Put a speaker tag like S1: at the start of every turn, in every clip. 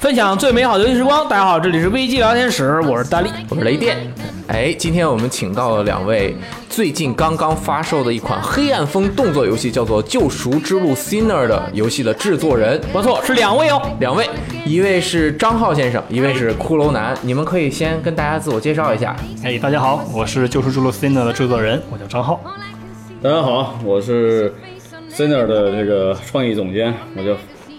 S1: 分享最美好的游戏时光。大家好，这里是危机聊天室，我是大力。
S2: 我是雷电。哎，今天我们请到了两位最近刚刚发售的一款黑暗风动作游戏，叫做《救赎之路 Sinner》的游戏的制作人，
S1: 不错，是两位哦。
S2: 两位，一位是张浩先生，一位是骷髅男。你们可以先跟大家自我介绍一下。
S3: 哎，大家好，我是《救赎之路 c i n e 的制作人，我叫张浩。
S4: 大家好，我是 Sinner 的这个创意总监，我叫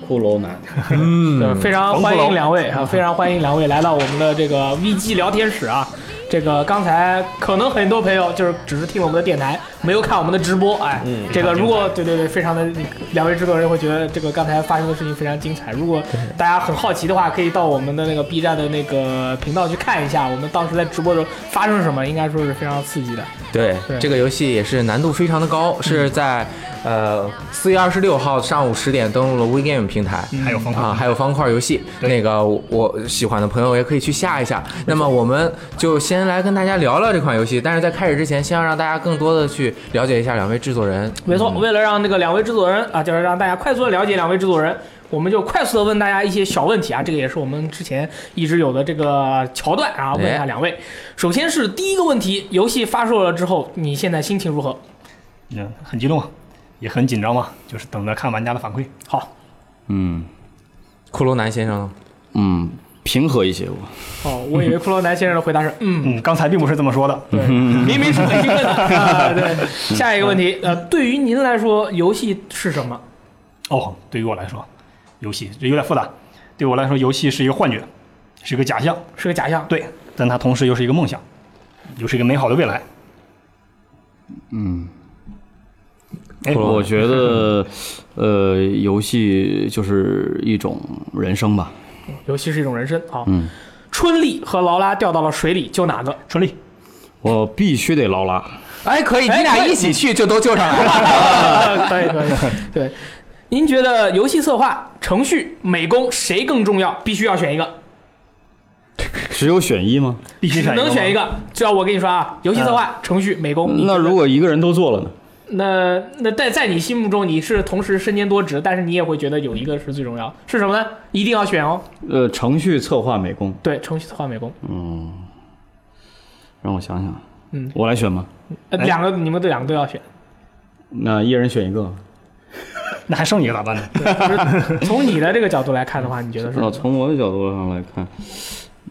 S4: 骷髅男。
S1: 嗯，非常欢迎两位啊，非常欢迎两位来到我们的这个 VG 聊天室啊。这个刚才可能很多朋友就是只是听我们的电台，没有看我们的直播，哎，这个如果对对对，非常的两位制作人会觉得这个刚才发生的事情非常精彩。如果大家很好奇的话，可以到我们的那个 B 站的那个频道去看一下，我们当时在直播的时候发生了什么，应该说是非常刺激的。
S2: 对
S1: 对
S2: 这个游戏也是难度非常的高，是在呃四月二十六号上午十点登陆了 WeGame 平台。
S3: 还有方块，
S2: 啊，还有方块游戏，那个我我喜欢的朋友也可以去下一下。那么我们就先来跟大家聊聊这款游戏，但是在开始之前，先要让大家更多的去了解一下两位制作人。
S1: 没错，为了让那个两位制作人啊，就是让大家快速的了解两位制作人，我们就快速的问大家一些小问题啊，这个也是我们之前一直有的这个桥段啊，问一下两位。首先是第一个问题，游戏发售了之后，你现在心情如何？
S3: 嗯，很激动，也很紧张嘛，就是等着看玩家的反馈。
S1: 好，
S4: 嗯
S2: 骷髅男先生呢，
S4: 嗯，平和一些我。
S1: 哦，我以为骷髅男先生的回 答是嗯，
S3: 嗯，刚才并不是这么说的。
S1: 对，明明是很兴奋的啊。对，下一个问题，呃，对于您来说，游戏是什么？
S3: 哦，对于我来说，游戏这有点复杂。对我来说，游戏是一个幻觉，是一个假象，
S1: 是个假象。
S3: 对，但它同时又是一个梦想，又是一个美好的未来。
S4: 嗯，
S3: 哎，
S4: 我觉 得，呃，游戏就是一种人生吧。
S1: 游戏是一种人生。好，
S4: 嗯，
S1: 春丽和劳拉掉到了水里，救哪个？
S3: 春丽，
S4: 我必须得劳拉。
S2: 哎，可以，
S1: 哎
S2: 你俩
S1: 可以
S2: 一起去就都救上来 了。
S1: 啊可以可以，对。您觉得游戏策划、程序、美工谁更重要？必须要选一个，
S4: 只有选一吗？
S3: 必须
S1: 只
S3: 选一个。
S1: 能选一。个。只要我跟你说啊，游戏策划、程序、美工，哦你
S4: 嗯那
S1: 觉得
S4: 如果一个人都做了呢？
S1: 那那在在你心目中你是同时身兼多职，但是你也会觉得有一个是最重要，是什么呢？一定要选哦。
S4: 呃，程序、策划、美工。
S1: 对，程序策划、美工，
S4: 嗯，让我想想。
S1: 嗯，
S4: 我来选吗？
S1: 呃，
S3: 哎
S1: 两个你们都两个都要选。
S4: 那一人选一个。
S3: 那还剩一个咋办呢？
S1: 从你的这个角度来看的话，你觉得 是
S4: 那从我的角度上来看，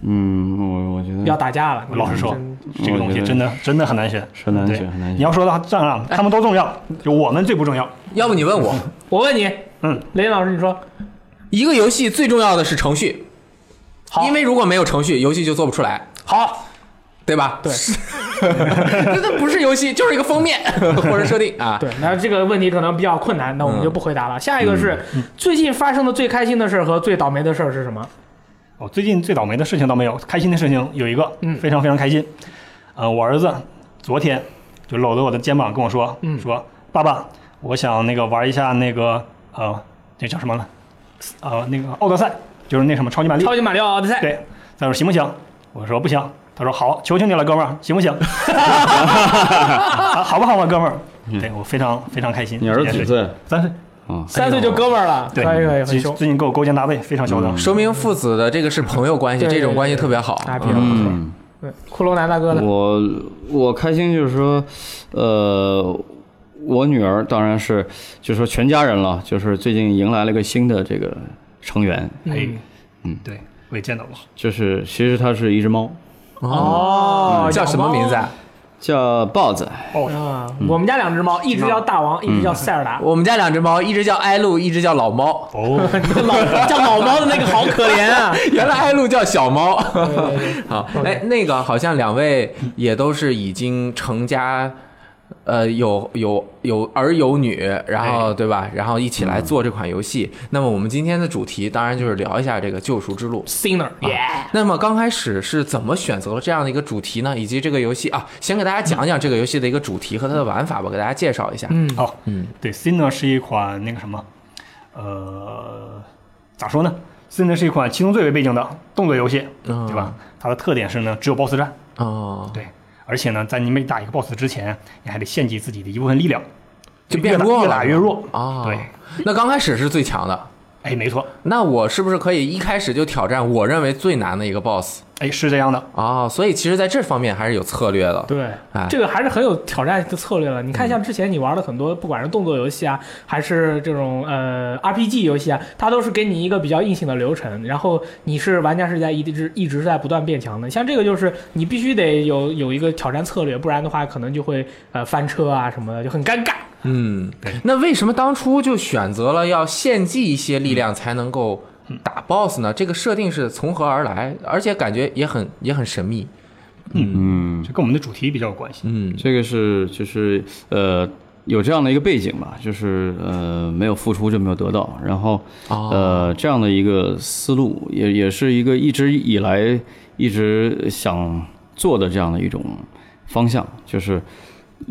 S4: 嗯，我我觉得
S1: 要打架了？
S3: 老实说
S1: 真，
S3: 这个东西真的真的很难选。
S4: 是难
S3: 对
S4: 选，很难
S3: 你
S4: 选。
S3: 要说到这样，他们都重要，就我们最不重要。
S2: 要不你问我，
S1: 我问你，
S3: 嗯，
S1: 雷老师，你说
S2: 一个游戏最重要的是程序，
S1: 好，
S2: 因为如果没有程序，游戏就做不出来，
S1: 好，
S2: 对吧？
S1: 对，
S2: 这这不是游戏，就是一个封面 或者设定啊。
S1: 对，那这个问题可能比较困难，那我们就不回答了。下一个是、最近发生的最开心的事儿和最倒霉的事儿是什么？
S3: 我哦最近最倒霉的事情倒没有，开心的事情有一个，
S1: 嗯
S3: 非常非常开心。呃，我儿子昨天就搂着我的肩膀跟我说，
S1: 嗯
S3: 说爸爸，我想那个玩一下那个呃，那叫什么呢？呃，那个奥德赛，就是那什么超级玛丽。
S1: 超级马里奥奥德赛。
S3: 对，他说行不行？我说不行。他说好，求求你了，哥们儿，行不 行？啊好不好嘛，哥们儿？对我非常非常开心。
S4: 嗯你儿子几？岁？
S3: 三岁。
S4: 啊，
S1: 三岁就哥们儿了，
S3: 对，
S1: 可以可以，
S3: 最
S1: 很凶。
S3: 最近给我勾肩搭背，非常嚣
S4: 嗯
S3: 张。哎
S2: 说明父子的这个是朋友关系，
S1: 对
S2: 这种关系特别好。
S1: 对对对
S2: 嗯
S4: 嗯。
S1: 对，骷髅男大哥呢？
S4: 我我开心就是说，呃，我女儿当然是就是说全家人了，就是最近迎来了一个新的这个成员，
S3: 哎
S1: 嗯，
S3: 嗯，对，我也见到过。
S4: 就是其实它是一只猫，
S2: 哦，
S1: 哦，
S2: 叫什么名字
S1: 啊？
S2: 啊？
S4: 叫豹子，
S1: 啊，我们家两只猫，一只叫大王，一只叫塞尔达。
S2: 我们家两只猫，一只叫艾露，一只叫老猫。
S3: 哦，
S1: 老 叫老猫的那个好可怜啊！
S2: 原来艾露叫小猫。
S1: 对对对
S2: 好，哎，那个好像两位也都是已经成家，呃，有有有儿有女，然后对吧？然后一起来做这款游戏。
S1: 嗯
S2: 那么我们今天的主题当然就是聊一下这个救赎之路。
S1: ，Sinner，yeah，
S2: 那么刚开始是怎么选择了这样的一个主题呢？以及这个游戏啊，先给大家讲讲这个游戏的一个主题和它的玩法吧，给大家介绍一下。
S1: 嗯，
S3: 好，
S2: 嗯，
S3: 对，Sinner 是一款那个什么，呃，咋说呢？Sinner 是一款七宗罪为背景的动作游戏，
S2: 嗯
S3: 对吧？它的特点是呢，只有 BOSS 战，
S2: 哦，
S3: 对，而且呢，在你每打一个 BOSS 之前，你还得献祭自己的一部分力量，
S2: 就变
S3: 越打
S2: 弱了
S3: 越打越弱
S2: 啊。
S3: 对，
S2: 那刚开始是最强的，
S3: 哎，没错，
S2: 那我是不是可以一开始就挑战我认为最难的一个 boss
S3: 哎，是这样的，
S2: 啊、所以其实在这方面还是有策略的。
S1: 对
S2: 哎，嗯
S1: 这个还是很有挑战的策略了。你看，像之前你玩的很多，不管是动作游戏啊，还是这种呃 RPG 游戏啊，它都是给你一个比较硬性的流程，然后你是玩家是在一直一直在不断变强的。像这个就是你必须得有有一个挑战策略，不然的话可能就会呃翻车啊什么的，就很尴尬。
S2: 嗯，那为什么当初就选择了要献祭一些力量才能够
S1: 嗯
S2: 打 boss 呢？这个设定是从何而来？而且感觉也很也很神秘。
S4: 嗯，
S3: 这跟我们的主题比较有关系。
S2: 嗯
S4: 这个是就是呃有这样的一个背景吧，就是呃没有付出就没有得到，然后
S2: 哦
S4: 呃这样的一个思路，也也是一个一直以来一直想做的这样的一种方向，就是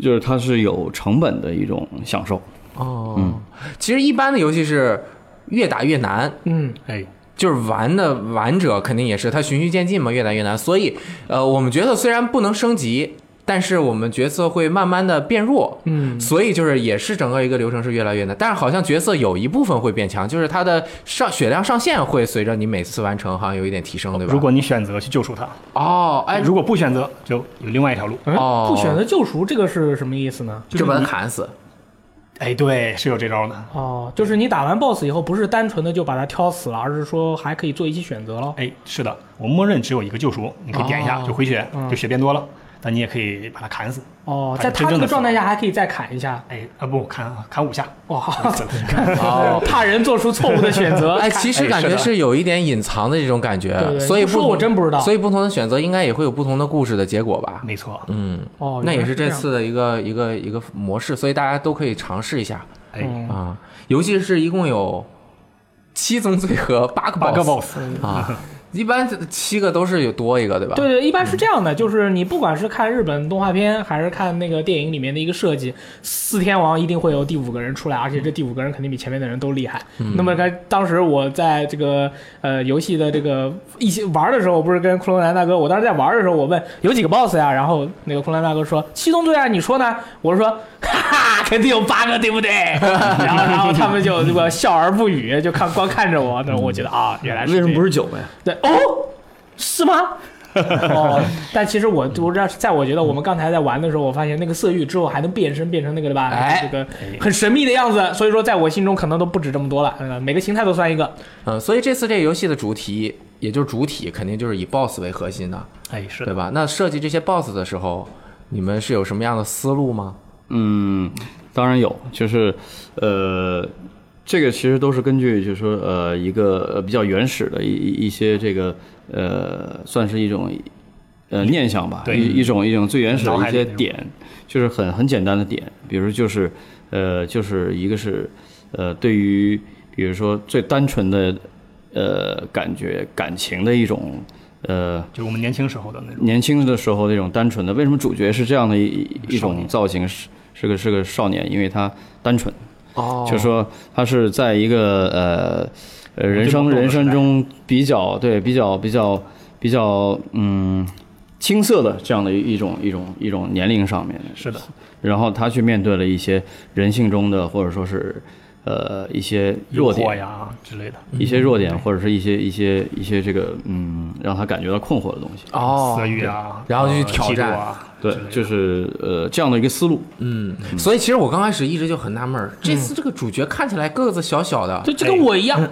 S4: 就是它是有成本的一种享受。
S2: 哦，其实一般的游戏是越打越难，
S1: 嗯，
S3: 哎，
S2: 就是玩的玩者肯定也是他循序渐进嘛，越来越难。所以，呃，我们角色虽然不能升级，但是我们角色会慢慢的变弱。
S1: 嗯，
S2: 所以就是也是整个一个流程是越来越难，但是好像角色有一部分会变强，就是它的上血量上限会随着你每次完成好像有一点提升，对吧？
S3: 如果你选择去救赎他，
S2: 哦，哎，
S3: 如果不选择，就有另外一条路。
S1: 哎
S2: 哦
S1: 不选择救赎这个是什么意思呢？
S2: 就把他砍死，
S3: 哎，对，是有这招的。
S1: 哦，就是你打完 BOSS 以后，不是单纯的就把它挑死了，而是说还可以做一些选择喽。
S3: 哎，是的，我默认只有一个救赎，你可以点一下
S2: 哦
S3: 就回血，
S1: 嗯
S3: 就血变多了。但你也可以把他砍死。
S1: 哦，
S3: 还
S1: 在
S3: 是
S1: 他这
S3: 真正
S1: 个
S3: 的
S1: 状态下还可以再砍一下。
S3: 哎啊不，砍砍五下，
S1: 哇，
S3: 死了。
S2: 哦。
S1: 怕人做出错误的选择。
S2: 哎，其实
S3: 哎
S2: 感
S3: 是
S2: 觉
S3: 的
S2: 是有一点隐藏的这种感觉
S1: 对对，
S2: 所
S1: 你
S2: 以
S1: 不说
S2: 同
S1: 我真不知道
S2: 所以不同的选择应该也会有不同的故事的结果吧？
S3: 没错，
S2: 嗯，
S1: 哦，
S2: 那
S1: 原
S2: 也
S1: 来
S2: 是
S1: 是
S2: 这
S1: 样
S2: 次的一个一个一个模式，所以大家都可以尝试一下
S3: 哎，
S1: 嗯
S2: 啊。游戏是一共有七宗罪和八个
S3: 八个
S2: boss
S3: boss，
S1: 嗯
S2: 啊，一般七个都是有多一个对吧？
S1: 对对，一般是这样的，就是你不管是看日本动画片，还是看那个电影里面的一个设计，四天王一定会有第五个人出来，而且这第五个人肯定比前面的人都厉害。那么看当时我在这个呃游戏的这个一起玩的时候，我不是跟库龙南大哥，我当时在玩的时候，我问有几个 boss 呀、然后那个库龙南大哥说七宗罪啊，你说呢？我说 哈哈，肯定有八个，对不对？然后然后他们就这个笑而不语，就看光看着我，那我觉得啊，原来是
S5: 为什
S1: 这
S5: 么
S1: 样
S5: 不是九呀？
S1: 对哦，是 吗？哦，但其实我我知道，在我觉得我们刚才在玩的时候，我发现那个色域之后还能变身，变成那个对吧？
S2: 哎
S1: 这个很神秘的样子。所以说，在我心中可能都不止这么多了，呃每个形态都算一个。
S2: 嗯，所以这次这个游戏的主题，也就是主体肯定就是以 boss 为核心的，
S3: 哎，是
S2: 对
S3: 的，
S2: 吧？那设计这些 boss 的时候，你们是有什么样的思路吗？
S4: 嗯，当然有，就是呃，这个其实都是根据就是说呃一个呃比较原始的一一一些这个呃算是一种呃念想吧，
S3: 对
S4: 一一种一种最原始的
S3: 脑海
S4: 一
S3: 里
S4: 些
S3: 那种
S4: 点，就是很很简单的点，比如就是呃就是一个是呃对于比如说最单纯的呃感觉感情的一种呃
S3: 就我们年轻时候的那种。
S4: 年轻的时候那种单纯的，为什么主角是这样的一一一
S3: 少
S4: 种
S3: 年
S4: 造型是是个是个少年，因为他单纯，
S2: 哦
S4: 就是说他是在一个呃呃人
S3: 懵
S4: 生
S3: 懂的
S4: 人
S3: 时
S4: 生
S3: 代
S4: 中比较对比较比较比较嗯青涩的这样的一一种一种一种年龄上面，
S3: 是的，
S4: 然后他去面对了一些人性中的或者说是呃一些弱
S3: 诱惑
S4: 点，
S3: 呀嗯之类的，
S4: 一些弱点或者是一些一些一些这个嗯让他感觉到困惑的东西。
S2: 哦
S3: 色欲啊，
S2: 然后就去
S3: 呃
S2: 挑战
S3: 嫉妒啊，
S4: 对
S3: 之类，的
S4: 就是呃这样的一个思路，
S2: 嗯，所以其实我刚开始一直就很纳闷儿，这次这个主角看起来个子小小的，
S1: 就就跟我一样，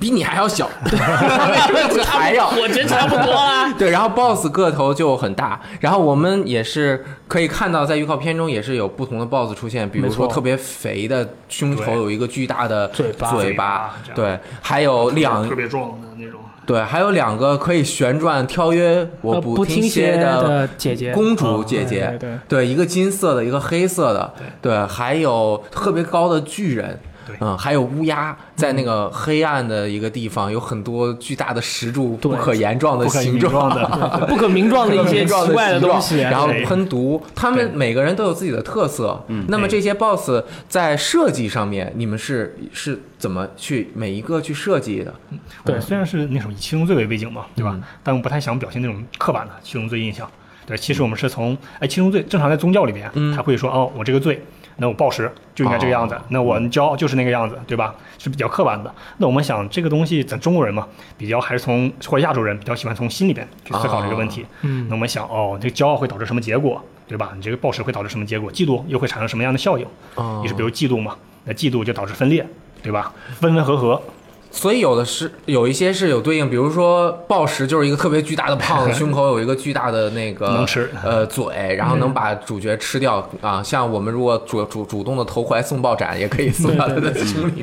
S2: 比你还要小，为什么哎嗯这还要？
S1: 我觉得差不多啊啦。
S2: 对，然后 BOSS 个头就很大，然后我们也是可以看到，在预告片中也是有不同的 BOSS 出现，比如
S1: 没错
S2: 说特别肥的胸头
S3: 对
S2: 有一个巨大的
S1: 嘴巴
S2: 嘴
S3: 嘴巴这样
S2: 对，还有两
S3: 特别壮的那种。
S2: 对，还有两个可以旋转跳跃，我
S1: 呃不听
S2: 听
S1: 些
S2: 的
S1: 的姐姐，
S2: 公主姐
S1: 对
S2: 姐
S1: 对，对
S2: 对，一个金色的，一个黑色的，对，还有特别高的巨人
S3: 对。
S2: 嗯，还有乌鸦在那个黑暗的一个地方，有很多巨大的石柱，不
S1: 对
S2: 可言状的
S3: 不可
S2: 形
S3: 名
S2: 状
S3: 状的，
S1: 不可名状的一些奇怪的东西，啊
S2: 然后
S3: 对
S2: 喷毒，他们
S3: 对
S2: 每个人都有自己的特色。
S1: 嗯
S2: 那么这些 BOSS 在设计上面，你们是是怎么去每一个去设计的？
S1: 对
S3: 呃虽然是那种以七宗罪为背景嘛，对吧？
S2: 嗯
S3: 但我不太想表现那种刻板的
S2: 嗯
S3: 七宗罪印象。对，其实我们是从哎，七宗罪正常在宗教里边，他会说哦，我这个罪那我暴食就应该这个样
S2: 哦
S3: 子，那我骄傲就是那个样子，对吧？是比较刻板的。那我们想这个东西，咱中国人嘛，比较还是从或者亚洲人比较喜欢从心里边去思考这个问题。
S1: 嗯
S3: 那我们想，哦，你这个骄傲会导致什么结果，对吧？你这个暴食会导致什么结果？嫉妒又会产生什么样的效应？
S2: 哦
S3: 也是比如嫉妒嘛，那嫉妒就导致分裂，对吧？分分合合，
S2: 所以有的是有一些是有对应，比如说暴食就是一个特别巨大的胖子，胸口有一个巨大的那个
S3: 能吃
S2: 呃嘴，然后能把主角吃掉啊、像我们如果主主主动的投怀送抱斩，也可以送到他的胸里面。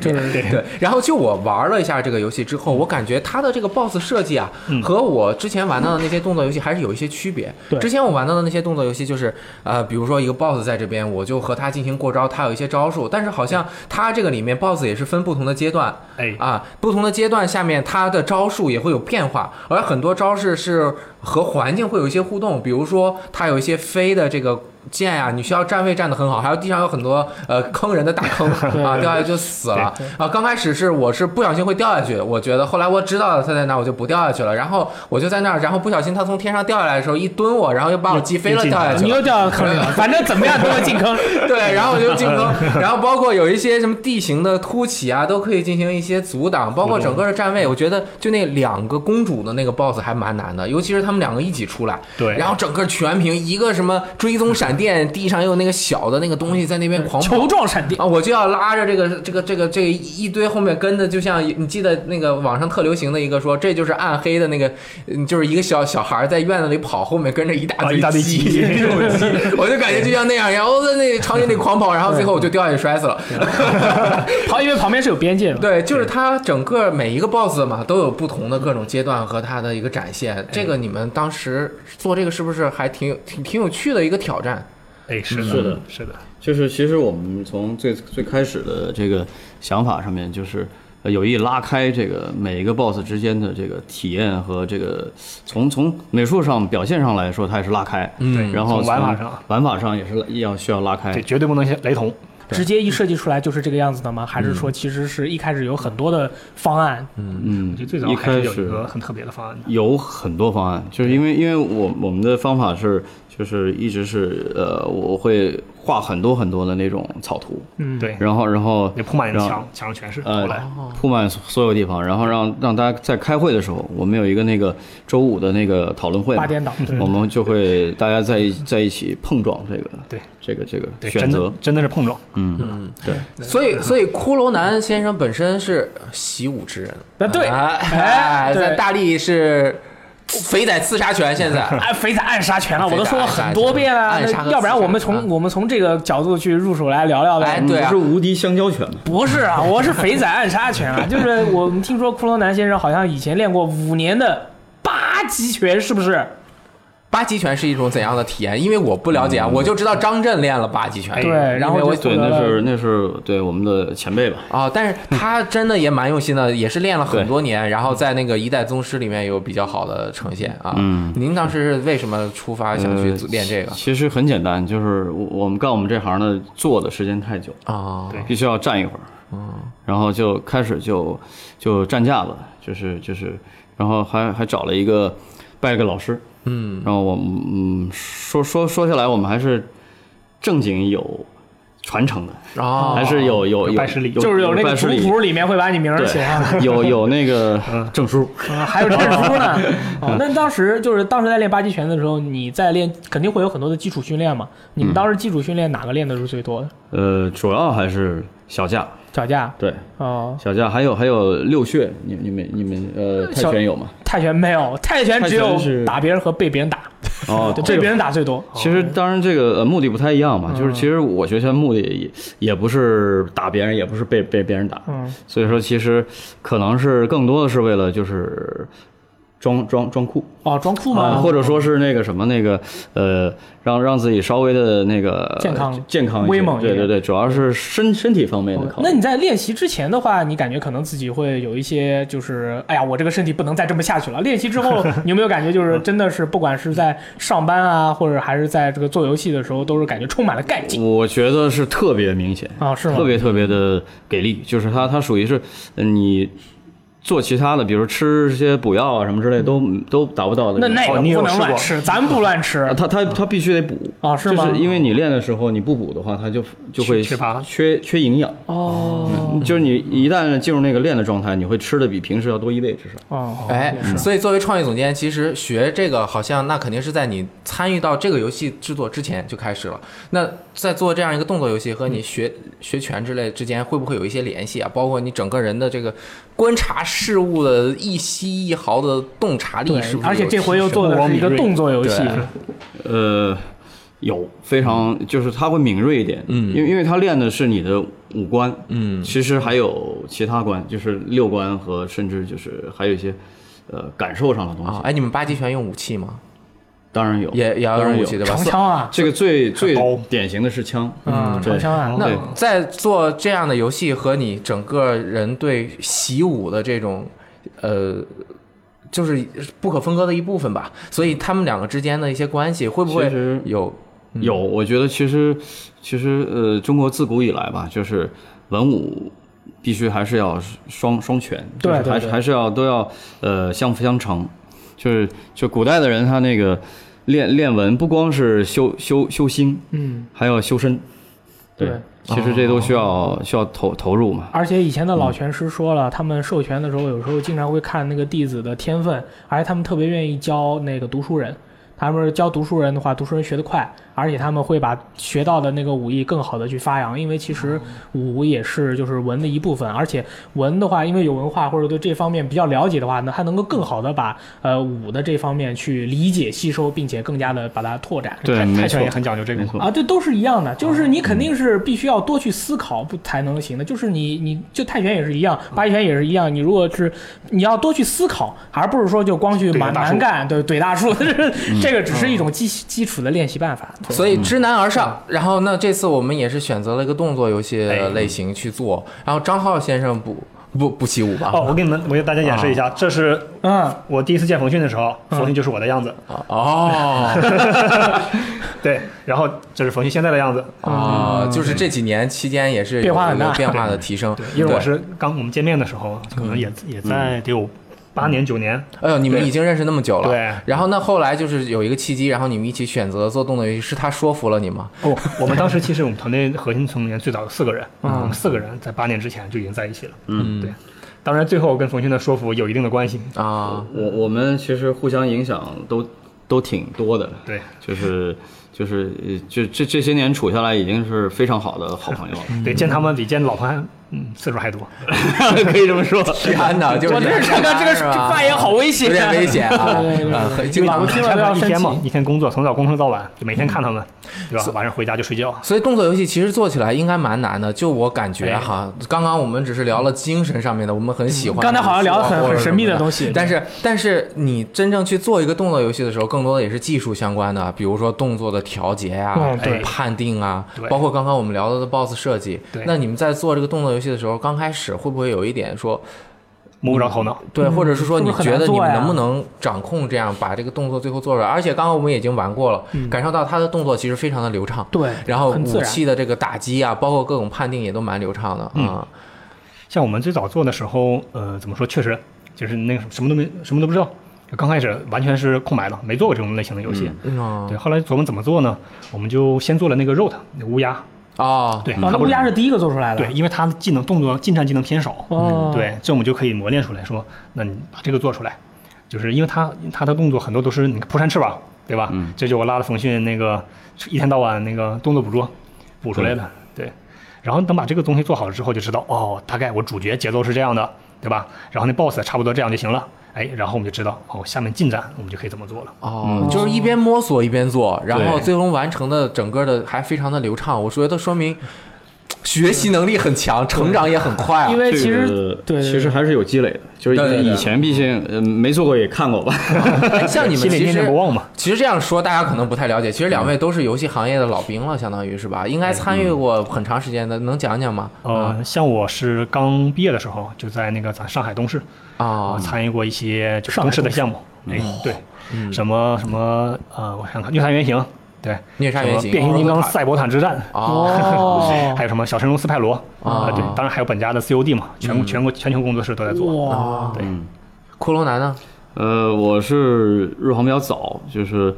S2: 对，然后就我玩了一下这个游戏之后，我感觉它的这个 BOSS 设计啊，和我之前玩到的那些动作游戏还是有一些区别。
S1: 对
S2: 之前我玩到的那些动作游戏就是呃，比如说一个 BOSS 在这边，我就和他进行过招，他有一些招数，但是好像他这个里面 BOSS 也是分不同的阶段。
S3: 哎，
S2: 啊，不同的阶段下面它的招数也会有变化，而很多招式是和环境会有一些互动，比如说它有一些飞的这个。箭啊，你需要站位站得很好，还有地上有很多呃坑人的大坑 啊，掉下去就死了啊。刚开始是我是不小心会掉下去，我觉得后来我知道了它在哪，我就不掉下去了。然后我就在那儿，然后不小心它从天上掉下来的时候一蹲我，然后又把我击飞了，
S3: 又进去
S2: 掉下去
S1: 你
S2: 了。
S1: 又掉坑里了，反正怎么样都要进坑。
S2: 对，然后我就进攻，然后包括有一些什么地形的凸起啊，都可以进行一些阻挡，包括整个的站位，我觉得就那两个公主的那个 BOSS 还蛮难的，尤其是他们两个一起出来，
S3: 对
S2: 然后整个全屏一个什么追踪闪电，地上又有那个小的那个东西在那边 狂跑
S1: 球状闪电，
S2: 啊，我就要拉着这个这个这个这个一堆后面跟的，就像你记得那个网上特流行的一个说，这就是暗黑的那个，嗯就是一个小小孩在院子里跑，后面跟着一大
S3: 啊
S2: 堆
S3: 一大堆
S2: 鸡，
S3: 鸡
S2: 这种鸡， 我就感觉就像那样一样，我在那场景里狂跑，然后最后我就掉下去摔死了。
S1: 旁因为旁边是有边界的嘛。
S2: 对，就是它整个每一个 BOSS 嘛，都有不同的各种阶段和它的一个展现。这个你们当时做这个是不是还挺有挺挺有趣的一个挑战？
S3: 哎，是的，
S4: 是的，
S3: 是的，
S4: 就是其实我们从最最开始的这个想法上面，就是呃有意拉开这个每一个 BOSS 之间的这个体验和这个从从美术上表现上来说，它也是拉开，
S2: 嗯
S4: 然后
S3: 从玩法上
S4: 玩法上也是要需要拉开
S3: 对，，绝对不能雷同。
S1: 直接一设计出来就是这个样子的吗？还是说其实是一开始有很多的方案？
S4: 嗯
S3: 我觉得最，早
S4: 一
S3: 还
S4: 开
S3: 是有一
S4: 始
S3: 个很特别的方案的。
S4: 有很多方案，就是因为因为我我们的方法是就是一直是呃我会画很多很多的那种草图，
S1: 嗯，，
S3: 对，
S4: 然后然后
S3: 也铺满
S4: 让
S3: 墙，墙上全是。
S4: 呃
S3: 后来，，
S4: 铺满所有地方，然后让让大家在开会的时候，我们有一个那个周五的那个讨论会嘛，
S1: 八点档，对
S4: 我们就会大家在一在一起碰撞这个
S3: 对
S4: 这个这个
S3: 对，
S4: 选
S3: 真的
S4: 择，
S3: 真的是碰撞。
S4: 嗯，对，
S2: 所以，所以骷髅男先生本身是习武之人，
S1: 啊对
S2: 哎
S1: 哎，对
S2: 在大力是肥仔刺杀拳，现在。
S1: 哎，肥仔暗杀拳了，我都说了很多遍了、
S2: 暗杀
S1: 那
S2: 和
S1: 要不然我们
S2: 刺杀
S1: 从
S2: 啊
S1: 我们从这个角度去入手来聊聊
S2: 哎
S1: 呗。
S2: 对啊
S4: 不是无敌香蕉拳嘛，
S1: 不是啊，我是肥仔暗杀拳啊，就是我们听说骷髅男先生好像以前练过五年的八极拳，是不
S4: 哎
S1: 是？
S2: 八极拳是一种怎样的体验？因为我不了解啊，我就知道张震练了八极拳，
S3: 哎
S1: 对，然后
S2: 因为我
S1: 就
S4: 嗯对，
S1: 获得
S4: 那
S1: 了
S4: 是那是对我们的前辈吧，
S2: 哦，但是
S4: 嗯
S2: 他真的也蛮用心的，也是练了很多年，然后在那个一代宗师里面有比较好的呈现啊。
S4: 嗯
S2: 您当时是为什么出发想去练这个
S4: 呃其实很简单，就是我我们干我们这行的坐的时间太久，
S2: 啊？
S3: 对
S4: 必须要站一会儿，然后就开始就就站架子，就是就是，然后还还找了一个拜了个老师，
S2: 嗯，
S4: 然后我们嗯说说说下来，我们还是正经有传承的，
S2: 哦，
S4: 还是有有
S3: 有拜师礼
S1: 就是有那个
S4: 拜师
S1: 族
S4: 礼，
S1: 谱里面会把你名儿写上，
S4: 对，有有 那个证书，
S1: 啊还有证书呢。 哦，那当时就是当时在练八极拳的时候，你在练肯定会有很多的基础训练嘛。你
S4: 嗯
S1: 们当时基础训练哪个练的是最多的？
S4: 呃，主要还是小架，
S1: 脚架
S4: 对，
S1: 哦，
S4: 小架，还有还有六穴，你你们你们呃泰
S1: 小
S4: 拳有吗？
S1: 泰拳没有，泰拳只有
S4: 泰拳是
S1: 打别人和被别人打，
S4: 哦，
S1: 对，被别人打最多。
S4: 其实当然这个呃目的不太一样嘛，就是其实我学拳目的也也不是打别人，也不是被被别人打，
S1: 嗯，
S4: 所以说其实可能是更多的是为了就是装装装酷
S1: 哦，装酷
S4: 啊，
S1: 吗？
S4: 或者说是那个什么那个呃，让让自己稍微的那个呃
S1: 健康
S4: 健康一些
S1: 威猛一
S4: 对
S1: 点哦
S4: 对对，主要是身身体方面的考虑。
S1: 那你在练习之前的话，你感觉可能自己会有一些，就是哎呀，我这个身体不能再这么下去了。练习之 后，你有没有感觉就是真的是，不管是在上班啊，或者还是在这个做游戏的时候，都是感觉充满了干劲
S4: 我觉得是特别明显，
S1: 啊？是吗
S4: 特？别特别的给力，就是它它属于是呃你做其他的，比如吃些补药啊什么之类，都都达不到的。
S1: 那那
S3: 哦
S1: 个
S3: 你有
S1: 不能
S3: 试过
S1: 乱吃，咱不乱吃
S4: 啊，他他他必须得补
S1: 哦是吗
S4: 就是因为你练的时候你不补的话，他就就会
S3: 缺缺乏
S4: 缺缺营养。
S1: 哦
S4: 就是你一旦进入那个练的状态，你会吃的比平时要多一倍至少。
S1: 哦，
S2: 哎，所以作为创意总监，其实学这个好像那肯定是在你参与到这个游戏制作之前就开始了。那在做这样一个动作游戏和
S1: 嗯
S2: 你学、学拳之类之间，会不会有一些联系啊？包括你整个人的这个观察事物的一吸一毫的洞察力，
S1: 对
S2: 是不，是？
S1: 而且这回又做的是一个动作游戏，
S4: 呃，有非常嗯就是他会敏锐一点，嗯，因为因为他练的是你的五官，嗯，其实还有其他关，就是六官和甚至就是还有一些呃感受上的
S1: 嗯
S4: 东西。
S2: 啊，哎，你们八极拳用武器吗？
S4: 当然有，
S2: 也也要
S4: 当然
S2: 用武
S4: 有
S2: 器 对吧
S1: 长？枪啊，
S4: 这个最最
S3: 刀
S4: 典型的是枪，
S1: 嗯，长
S4: 对
S1: 枪啊，
S4: 对
S2: 那在做这样的游戏和你整个人对习武的这种，呃，就是不可分割的一部分吧。所以他们两个之间的一些关系会不会
S4: 其实
S2: 有？
S1: 嗯
S4: 有，我觉得其实其实呃，中国自古以来吧，就是文武必须还是要双双全，
S1: 对
S4: 就是
S1: 对
S4: 还是
S1: 对
S4: 还是要都要呃相辅相成，就是就古代的人他那个练练文不光是修修修心，
S1: 嗯，
S4: 还要修身，
S1: 对，哦
S4: 其实这都需要、需要投投入嘛，
S1: 而且以前的老拳师说了，他们授权的时候，有时候经常会看那个弟子的天分，而且他们特别愿意教那个读书人。他们教读书人的话，读书人学得快，而且他们会把学到的那个武艺更好的去发扬，因为其实武也是就是文的一部分，而且文的话，因为有文化或者对这方面比较了解的话呢，他能够更好的把呃武的这方面去理解、吸收，并且更加的把它拓展。
S4: 对，没
S3: 泰
S4: 错
S3: 拳也，很讲究这个
S4: 没。错，
S1: 啊，这都是一样的，就是你肯定是必须要多去思考不才能行的。就是你，你就泰拳也是一样，八极拳也是一样。你如果是你要多去思考，而不是说就光去
S3: 怼
S1: 蛮
S3: 大
S1: 蛮
S3: 树
S1: 干，对怼大树，这个只是一种基基础的练习办法。
S2: 所以知难而上。然后那这次我们也是选择了一个动作游戏类型去做。然后张浩先生不不不习武吧？
S3: 哦，我给你们，我给大家演示一下，这是
S1: 嗯，
S3: 我第一次见冯迅的时候，
S4: 嗯
S3: 冯迅就是我的样子，
S2: 哦
S3: 对，然后这是冯迅现在的样子，
S2: 哦，就是这几年期间也是有
S1: 变化很大
S2: 有变化的提升。
S3: 因为我
S2: 对
S3: 是刚我们见面的时候，啊可
S4: 嗯
S3: 能也也在得有八年九年，
S2: 哎呦，你们
S3: 对
S2: 已经认识那么久了。
S3: 对
S2: 然后那后来就是有一个契机，然后你们一起选择做动作游戏，是他说服了你吗？
S3: 哦，我们当时其实我们团队核心成员最早有四个人，
S1: 嗯
S3: 我们四个人在八年之前就已经在一起了。嗯，对。当然，最后跟冯迅的说服有一定的关系。
S2: 啊，
S4: 我我们其实互相影响都都挺多的，
S3: 对，
S4: 就是就是呃就这这些年处下来已经是非常好的好朋 友了。
S3: 对，见他们比见老潘嗯次数还多。啊
S4: 可以这么说。
S2: 天哪，就是
S1: 我这是看看这个
S2: 是吧
S1: 这发言好危险
S2: 有点危险啊
S1: 对对对
S2: 啊，很经
S1: 老
S2: 常
S1: 子。听了都要
S3: 他们一
S1: 生
S3: 天嘛，
S1: 气。
S3: 一天工作，从早工作到晚，就每天看他们，对吧？晚上回家就睡觉。
S2: 所以动作游戏其实做起来应该蛮难的，就我感觉哈，刚刚我们只是聊了精神上面的，我们很喜欢武
S1: 嗯
S2: 术啊。
S1: 刚才好像聊得很
S2: 或者
S1: 很神秘的
S2: 什么
S1: 东西
S2: 但是但是你真正去做一个动作游戏的时候，更多的也是技术相关的，比如说动作的调节啊、
S1: 嗯
S3: 对
S2: 判定啊，
S3: 对
S2: 包括刚刚我们聊到的 BOSS 设计
S3: 对。
S2: 那你们在做这个动作游戏的时候，刚开始会不会有一点说，
S3: 摸不着头脑。
S2: 对，或者是说
S1: 嗯是不
S2: 你
S1: 是很
S2: 觉
S1: 难
S2: 得你
S1: 做
S2: 们
S1: 呀
S2: 能不能掌控这样把这个动作最后做出来？而且刚刚我们已经玩过了，感受到他的动作其实非常的流畅，
S1: 嗯对，
S2: 然后
S1: 很自
S2: 武
S1: 然。
S2: 器的这个打击啊，包括各种判定也都蛮流畅的
S1: 嗯
S2: 啊。
S3: 像我们最早做的时候，呃，怎么说？确实就是那个什么都没，什么都不知道。刚开始完全是空白的，没做过这种类型的游戏。
S2: 嗯啊
S3: 对，后来琢磨怎么做呢？我们就先做了那个 Road 那乌鸦，
S2: 哦，
S3: 对，
S1: 哦，
S3: 它
S1: 那
S3: 嗯不
S1: 乌
S3: 是
S1: 鸦是第一个做出来的。
S3: 对，因为他的技能动作近战技能偏少，
S1: 哦，
S3: 对，这我们就可以磨练出来说，那你把这个做出来，就是因为他他的动作很多都是你扑扇翅膀，对吧？
S4: 嗯
S3: 这就我拉了冯迅那个一天到晚那个动作捕捉补出来的，对。然后等把这个东西做好了之后，就知道哦，大概我主角节奏是这样的，对吧？然后那 BOSS 差不多这样就行了，哎，然后我们就知道哦，下面进展我们就可以怎么做了。
S2: 哦，就是一边摸索一边做，然后
S4: 对
S2: 最终完成的整个的还非常的流畅，我觉得说明学习能力很强，成长也很快 啊
S1: 因。哎为其实
S4: 这个
S1: 对对对
S4: 其实还是有积累的，就
S2: 对对
S4: 是
S2: 对
S4: 以前毕竟呃没做过也看过吧。
S2: 哎 像你们
S3: 心里
S2: 其
S3: 念
S2: 实
S3: 念不忘嘛，
S2: 其实这样说，大家可能不太了解。其实两位都是游戏行业的老兵了，相当于是
S4: 嗯
S2: 吧？应该参与过很长时间的，能讲讲吗？
S3: 呃，像我是刚毕业的时候，就在那个咱上海东市，
S2: 啊
S3: 我，参与过一些就是
S1: 上海
S2: 哦嗯
S3: 东市的项目，哎，对，什么什么呃，我想看《御三原型》，对，
S2: 虐杀原型，
S3: 变形金刚、赛博坦之战，
S2: 哦，
S3: 还有什么小神龙斯派罗
S2: 哦嗯
S3: 啊？对，当然还有本家的 COD 嘛，全国全国全球工作室都在做。
S1: 哇，
S3: 对，
S2: 骷髅男呢？
S4: 呃，我是入行比较早，就是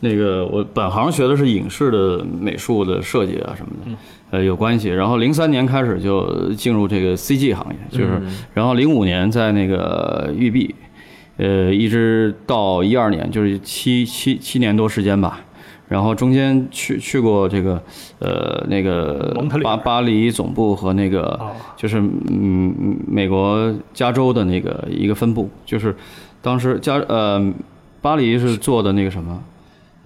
S4: 那个我本行学的是影视的美术的设计啊什么
S1: 嗯
S4: 的，呃有关系。然后零三年开始就进入这个 CG 行业，就是，
S3: 嗯
S4: 然后零五年在那个育碧，呃，一直到一二年，就是七七七年多时间吧。然后中间去去过这个，呃，那个
S3: 蒙特利尔
S4: 巴巴黎总部和那个、
S3: 哦
S4: 就是嗯，美国加州的那个一个分部，就是当时加呃巴黎是做的那个什么，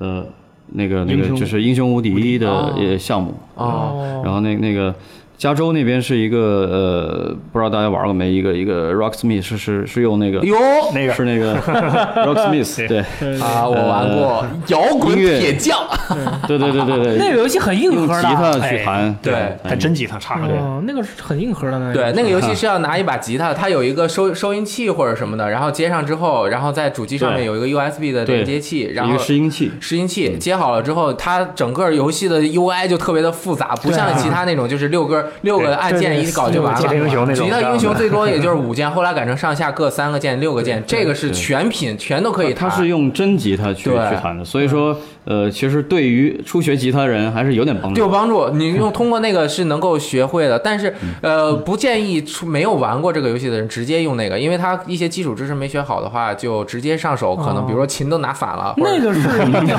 S4: 呃那个那
S3: 英
S4: 个
S3: 雄
S4: 就是英雄无敌的
S2: 哦
S4: 呃项目，
S2: 哦
S4: 然后那那个加州那边是一个呃不知道大家玩过没，一个一个 Rocksmith 是是是用那个
S2: 哟
S3: 那个
S4: 是那个 Rocksmith 对
S2: 啊，我玩过摇滚
S4: 音乐
S2: 铁匠，
S4: 嗯对对对对
S1: 那
S4: 对，
S1: 个游戏很硬
S4: 用
S1: 核
S4: 吉
S1: 的啊，
S4: 他去
S3: 哎
S4: 弹，
S2: 对
S3: 但真吉他差了。
S1: 哦，那个是很硬核的那个。
S2: 对，那个游
S4: 嗯
S2: 戏是要拿一把吉他，它有一个收收音器或者什么的，然后接上之后，然后在主机上面
S4: 对
S2: 有一个 USB 的
S4: 对
S2: 连接器，然
S4: 一
S2: 后
S4: 个拾音器，
S2: 拾音器接好了之后，它整个游戏的 UI 就特别的复杂，不像其他那种就是六个六个按键一搞就完
S3: 吉他英
S2: 了。
S3: 雄那种，
S2: 吉他英
S3: 知道
S2: 雄
S3: 吗
S2: 最多也就是五键，后来改成上下各三个键、六个键，这个是全品全都可以
S4: 他
S2: 弹。
S4: 是用真吉他去去
S2: 对
S4: 弹的，所以说，呃，其实对于初学吉他人还是有点帮
S2: 有
S4: 助。
S2: 帮助，你用通过那个是能够学会的，但是呃，不建议出没有玩过这个游戏的人直接用那个，因为他一些基础知识没学好的话，就直接上手，可能比如说琴都拿反了，或者
S1: 那个是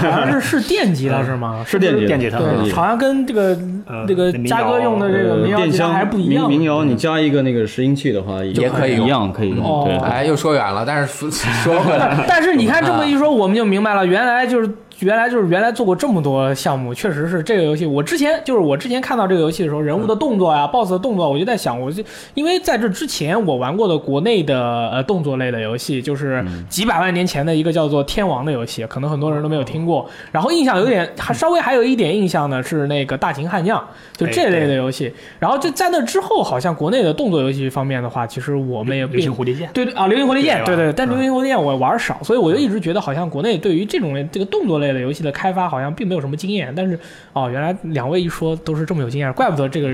S1: 好像是是电吉他是吗？
S4: 是电吉
S3: 电吉他
S4: 电
S1: 对，
S4: 吉
S1: 好像跟这个
S3: 呃
S1: 那个嘉哥用的这个
S4: 呃
S1: 民谣
S4: 电
S1: 吉他
S4: 箱
S1: 还是不一样的。
S4: 民民谣你加一个那个拾音器的话，
S2: 也可以用
S4: 一样可以用。
S1: 哦
S4: 对，
S2: 哎，又说远了，但是说 说回来，
S1: 但是你看这么一说，我们就明白了，原来就是原来就是原来做过这么多项目，确实是这个游戏。我之前就是我之前看到这个游戏的时候，人物的动作呀、BOSS 的动作，我就在想，我就因为在这之前我玩过的国内的呃动作类的游戏，
S4: 嗯
S1: 就是几百万年前的一个叫做《天王》的游戏，可能很多人都没有听过。然后印象有点还稍微还有一点印象呢，是那个《大秦悍将》，就这类的游戏。然后就在那之后，好像国内的动作游戏方面的话，其实我们也
S3: 流
S1: 并
S3: 行蝴蝶剑。
S1: 对对啊，流星蝴蝶剑，对
S3: 对吧
S1: 对，但
S3: 嗯
S1: 流星蝴蝶剑我玩少，所以我就一直觉得好像国内对于这种类这个动作类的游戏的开发好像并没有什么经验。但是哦，原来两位一说都是这么有经验，怪不得这个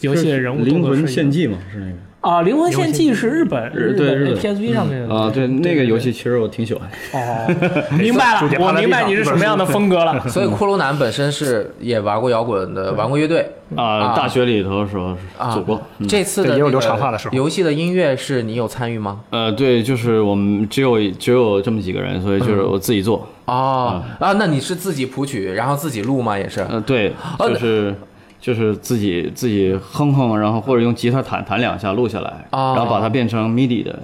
S1: 游戏的人物动
S4: 灵
S1: 作
S4: 魂
S1: 是一
S4: 献
S1: 样
S4: 祭嘛，是那
S1: 啊，灵魂献祭是日本
S4: 日对
S1: 本
S4: 日本
S1: PSV 上面
S4: 个
S1: 的
S4: 啊，对那个游戏其实我挺喜欢。
S1: 哦，明白
S3: 主
S1: 了
S3: 角，
S1: 我
S3: 趴在
S1: 明
S3: 地
S1: 白
S3: 上
S1: 你是什么样的风格 了。
S2: 所以骷髅男本身是也玩过摇滚的，玩过乐队啊
S4: 啊，大学里头的时候
S3: 嗯
S2: 啊
S4: 组过。。嗯
S2: 这次的
S3: 对也有
S2: 那个
S3: 留长发的时候
S2: 游戏的音乐是你有参与吗？
S4: 呃，对，就是我们只有只有这么几个人，所以就是我自己做。
S2: 哦啊，那你是自己谱曲，然后自己录吗？也
S3: 嗯
S2: 是。
S4: 呃，对，就是就是自己自己哼哼，然后或者用吉他弹弹两下录下来，
S2: 哦
S4: 然后把它变成 MIDI 的，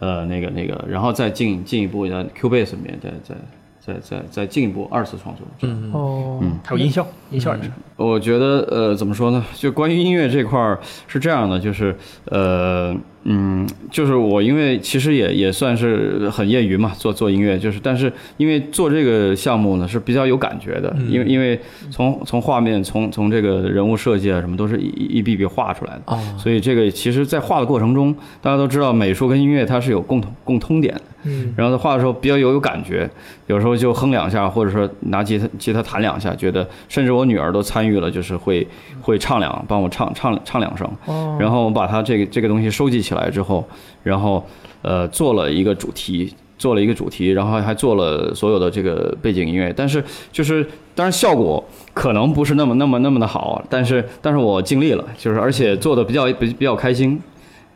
S4: 呃，那个那个，然后再进进一步在 Cubase 里面再再再再再进一步二次创作。嗯，
S1: 哦，
S3: 还有音效，嗯音效也是。
S4: 我觉得呃，怎么说呢？就关于音乐这块儿是这样的，就是呃嗯，就是我因为其实也也算是很业余嘛，做做音乐，就是但是因为做这个项目呢是比较有感觉的，因为因为从从画面从从这个人物设计啊什么都是一一一笔笔画出来的，所以这个其实在画的过程中，大家都知道美术跟音乐它是有共同共通点的。
S1: 嗯，
S4: 然后他画的时候比较有有感觉，有时候就哼两下，或者说拿吉他吉他弹两下，觉得甚至我女儿都参与了，就是会会唱两，帮我唱唱唱两声。
S1: 哦，
S4: 然后我把它这个这个东西收集起来之后，然后呃做了一个主题，做了一个主题，然后还做了所有的这个背景音乐。但是就是当然效果可能不是那么那么那么的好，但是但是我尽力了，就是而且做的比较比比较开心。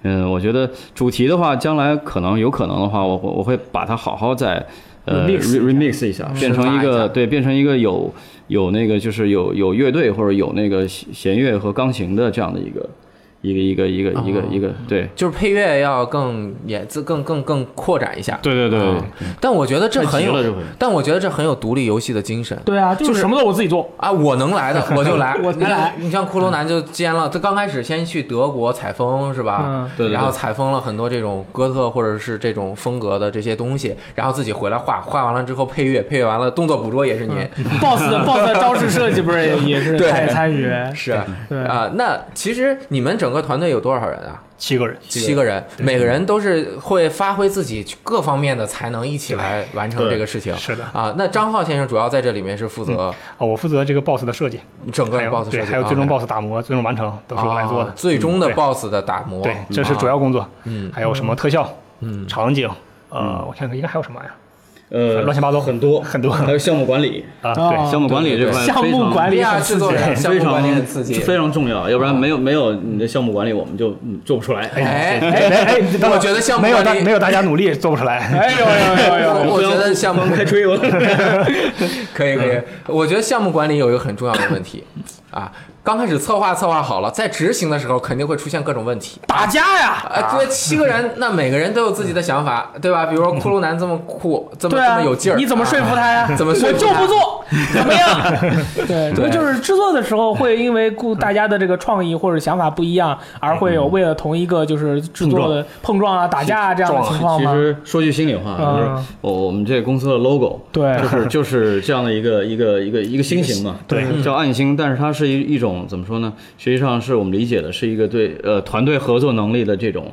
S4: 嗯，我觉得主题的话，将来可能有可能的话，我我我会把它好好再呃
S1: Remix 一下
S4: re- remix 一下，变成
S2: 深
S4: 一
S2: 挖一下
S4: 个对，变成一个有有那个就是有有乐队或者有那个弦弦乐和钢琴的这样的一个一个一个一个一个一个对
S2: 就是配乐要更也自更更更扩展一下，
S4: 对对对对
S2: 啊但我觉得这很
S4: 太急了这
S2: 有
S4: 回，
S2: 但我觉得这很有独立游戏的精神。
S1: 对啊，就
S2: 就是
S1: 是什么都我自己做。
S2: 啊，我能来的我就来，
S1: 我
S2: 你
S1: 才来
S2: 像你像骷髅男就兼了，他刚开始先去德国采风是吧？
S1: 嗯
S4: 对对对
S2: 然后采风了很多这种哥特或者是这种风格的这些东西，然后自己回来画，画完了之后配乐，配乐完了动作捕捉也是您。
S1: boss 的 boss 的招式设计不是也也是
S2: 对
S1: 参参与？
S2: 是啊、
S1: 对
S2: 那其实你们整个团队有多少人啊？
S3: 七个人，
S2: 七个人，每个人都是会发挥自己各方面的才能，一起来完成这个事情。
S3: 是的
S2: 啊，那张浩先生主要在这里面是负责
S3: 哦，我负责这个 boss 的设计，
S2: 整个
S3: 嗯
S2: 的
S3: 还有
S2: boss 设
S3: 哎对，
S2: 计，
S3: 还有最终 boss 打磨、最终完成都是我来做的。
S2: 啊最终的
S3: 对
S2: boss 的打磨，
S3: 对，这是主要工作。
S2: 嗯
S3: 还有什么特效？嗯，场景。呃，我想想应该还有什么呀？
S4: 呃，
S3: 乱七八糟
S4: 很多
S3: 很多
S4: 还有项目管理，
S3: 啊，
S1: 哦
S3: 对，
S4: 项目管理这块
S1: 项
S4: 非
S1: 目
S4: 常
S1: 管
S2: 利
S1: 理
S2: 亚
S1: 很刺
S2: 制
S1: 激
S2: 作，人项
S4: 非
S2: 目管理很
S4: 常
S2: 刺激，
S4: 非常重要，要不然没有没有你的项目管理，我们就嗯做不出来。
S2: 哎
S3: 哎哎哎，等会儿
S2: 我觉得项目
S3: 没有
S2: 管
S3: 大
S2: 理
S3: 没有大家努力做不出来。
S1: 哎呦呦呦呦！
S2: 我觉得项目
S4: 刚开吹我。
S2: 可以可以，我觉得项目管理有一个很重要的问题啊，刚开始策划策划好了，在执行的时候肯定会出现各种问题。
S1: 打架呀！
S2: 啊，对，七个人，那每个人都有自己的想法，对吧？比如说骷髅男这么酷，这么
S1: 对
S2: 这
S1: 啊，
S2: 么有劲儿，
S1: 你怎么说服
S2: 啊？
S1: 他呀？
S2: 怎么说
S1: 我
S2: 服
S1: 就
S2: 他
S1: 不 做，怎么样？对，所以
S2: 对
S1: 就是制作的时候会因为顾大家的这个创意或者想法不一样，而会有为了同一个就是制作的碰撞啊、打架啊这样的情况
S4: 其
S1: 吗？
S4: 实说句心里话，就
S1: 嗯
S4: 是我我们这公司的 logo，
S1: 对
S4: 就是就是这样的一个一个一个一个星形嘛，
S3: 对，
S4: 叫暗星，但是它是一一种怎么说呢？实际上是我们理解的是一个对呃团队合作能力的这种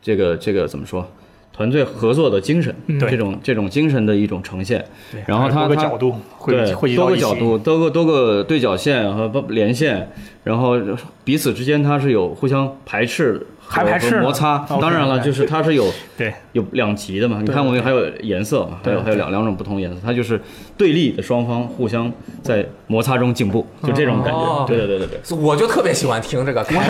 S4: 这个这个怎么说？团队合作的精神，
S1: 嗯
S4: 这种这种精神的一种呈现。然后它
S3: 多个
S4: 它
S3: 角度汇
S4: 对，
S3: 集汇集
S4: 多
S3: 到
S4: 个
S3: 一起
S4: 角，度，多个多个对角线和连线，然后彼此之间它是有互相排斥和。
S1: 还排斥
S4: 和
S1: 呢
S4: 摩擦，
S1: OK，
S4: 当然了，就是它是有
S3: 对
S4: 有两极的嘛。你看我们还有颜色嘛，还有还有两两种不同颜色，它就是对立的双方互相在摩擦中进步，就这种感
S2: 哦
S4: 觉。对对对对对。
S2: 我就特别喜欢听这个。
S1: 就特别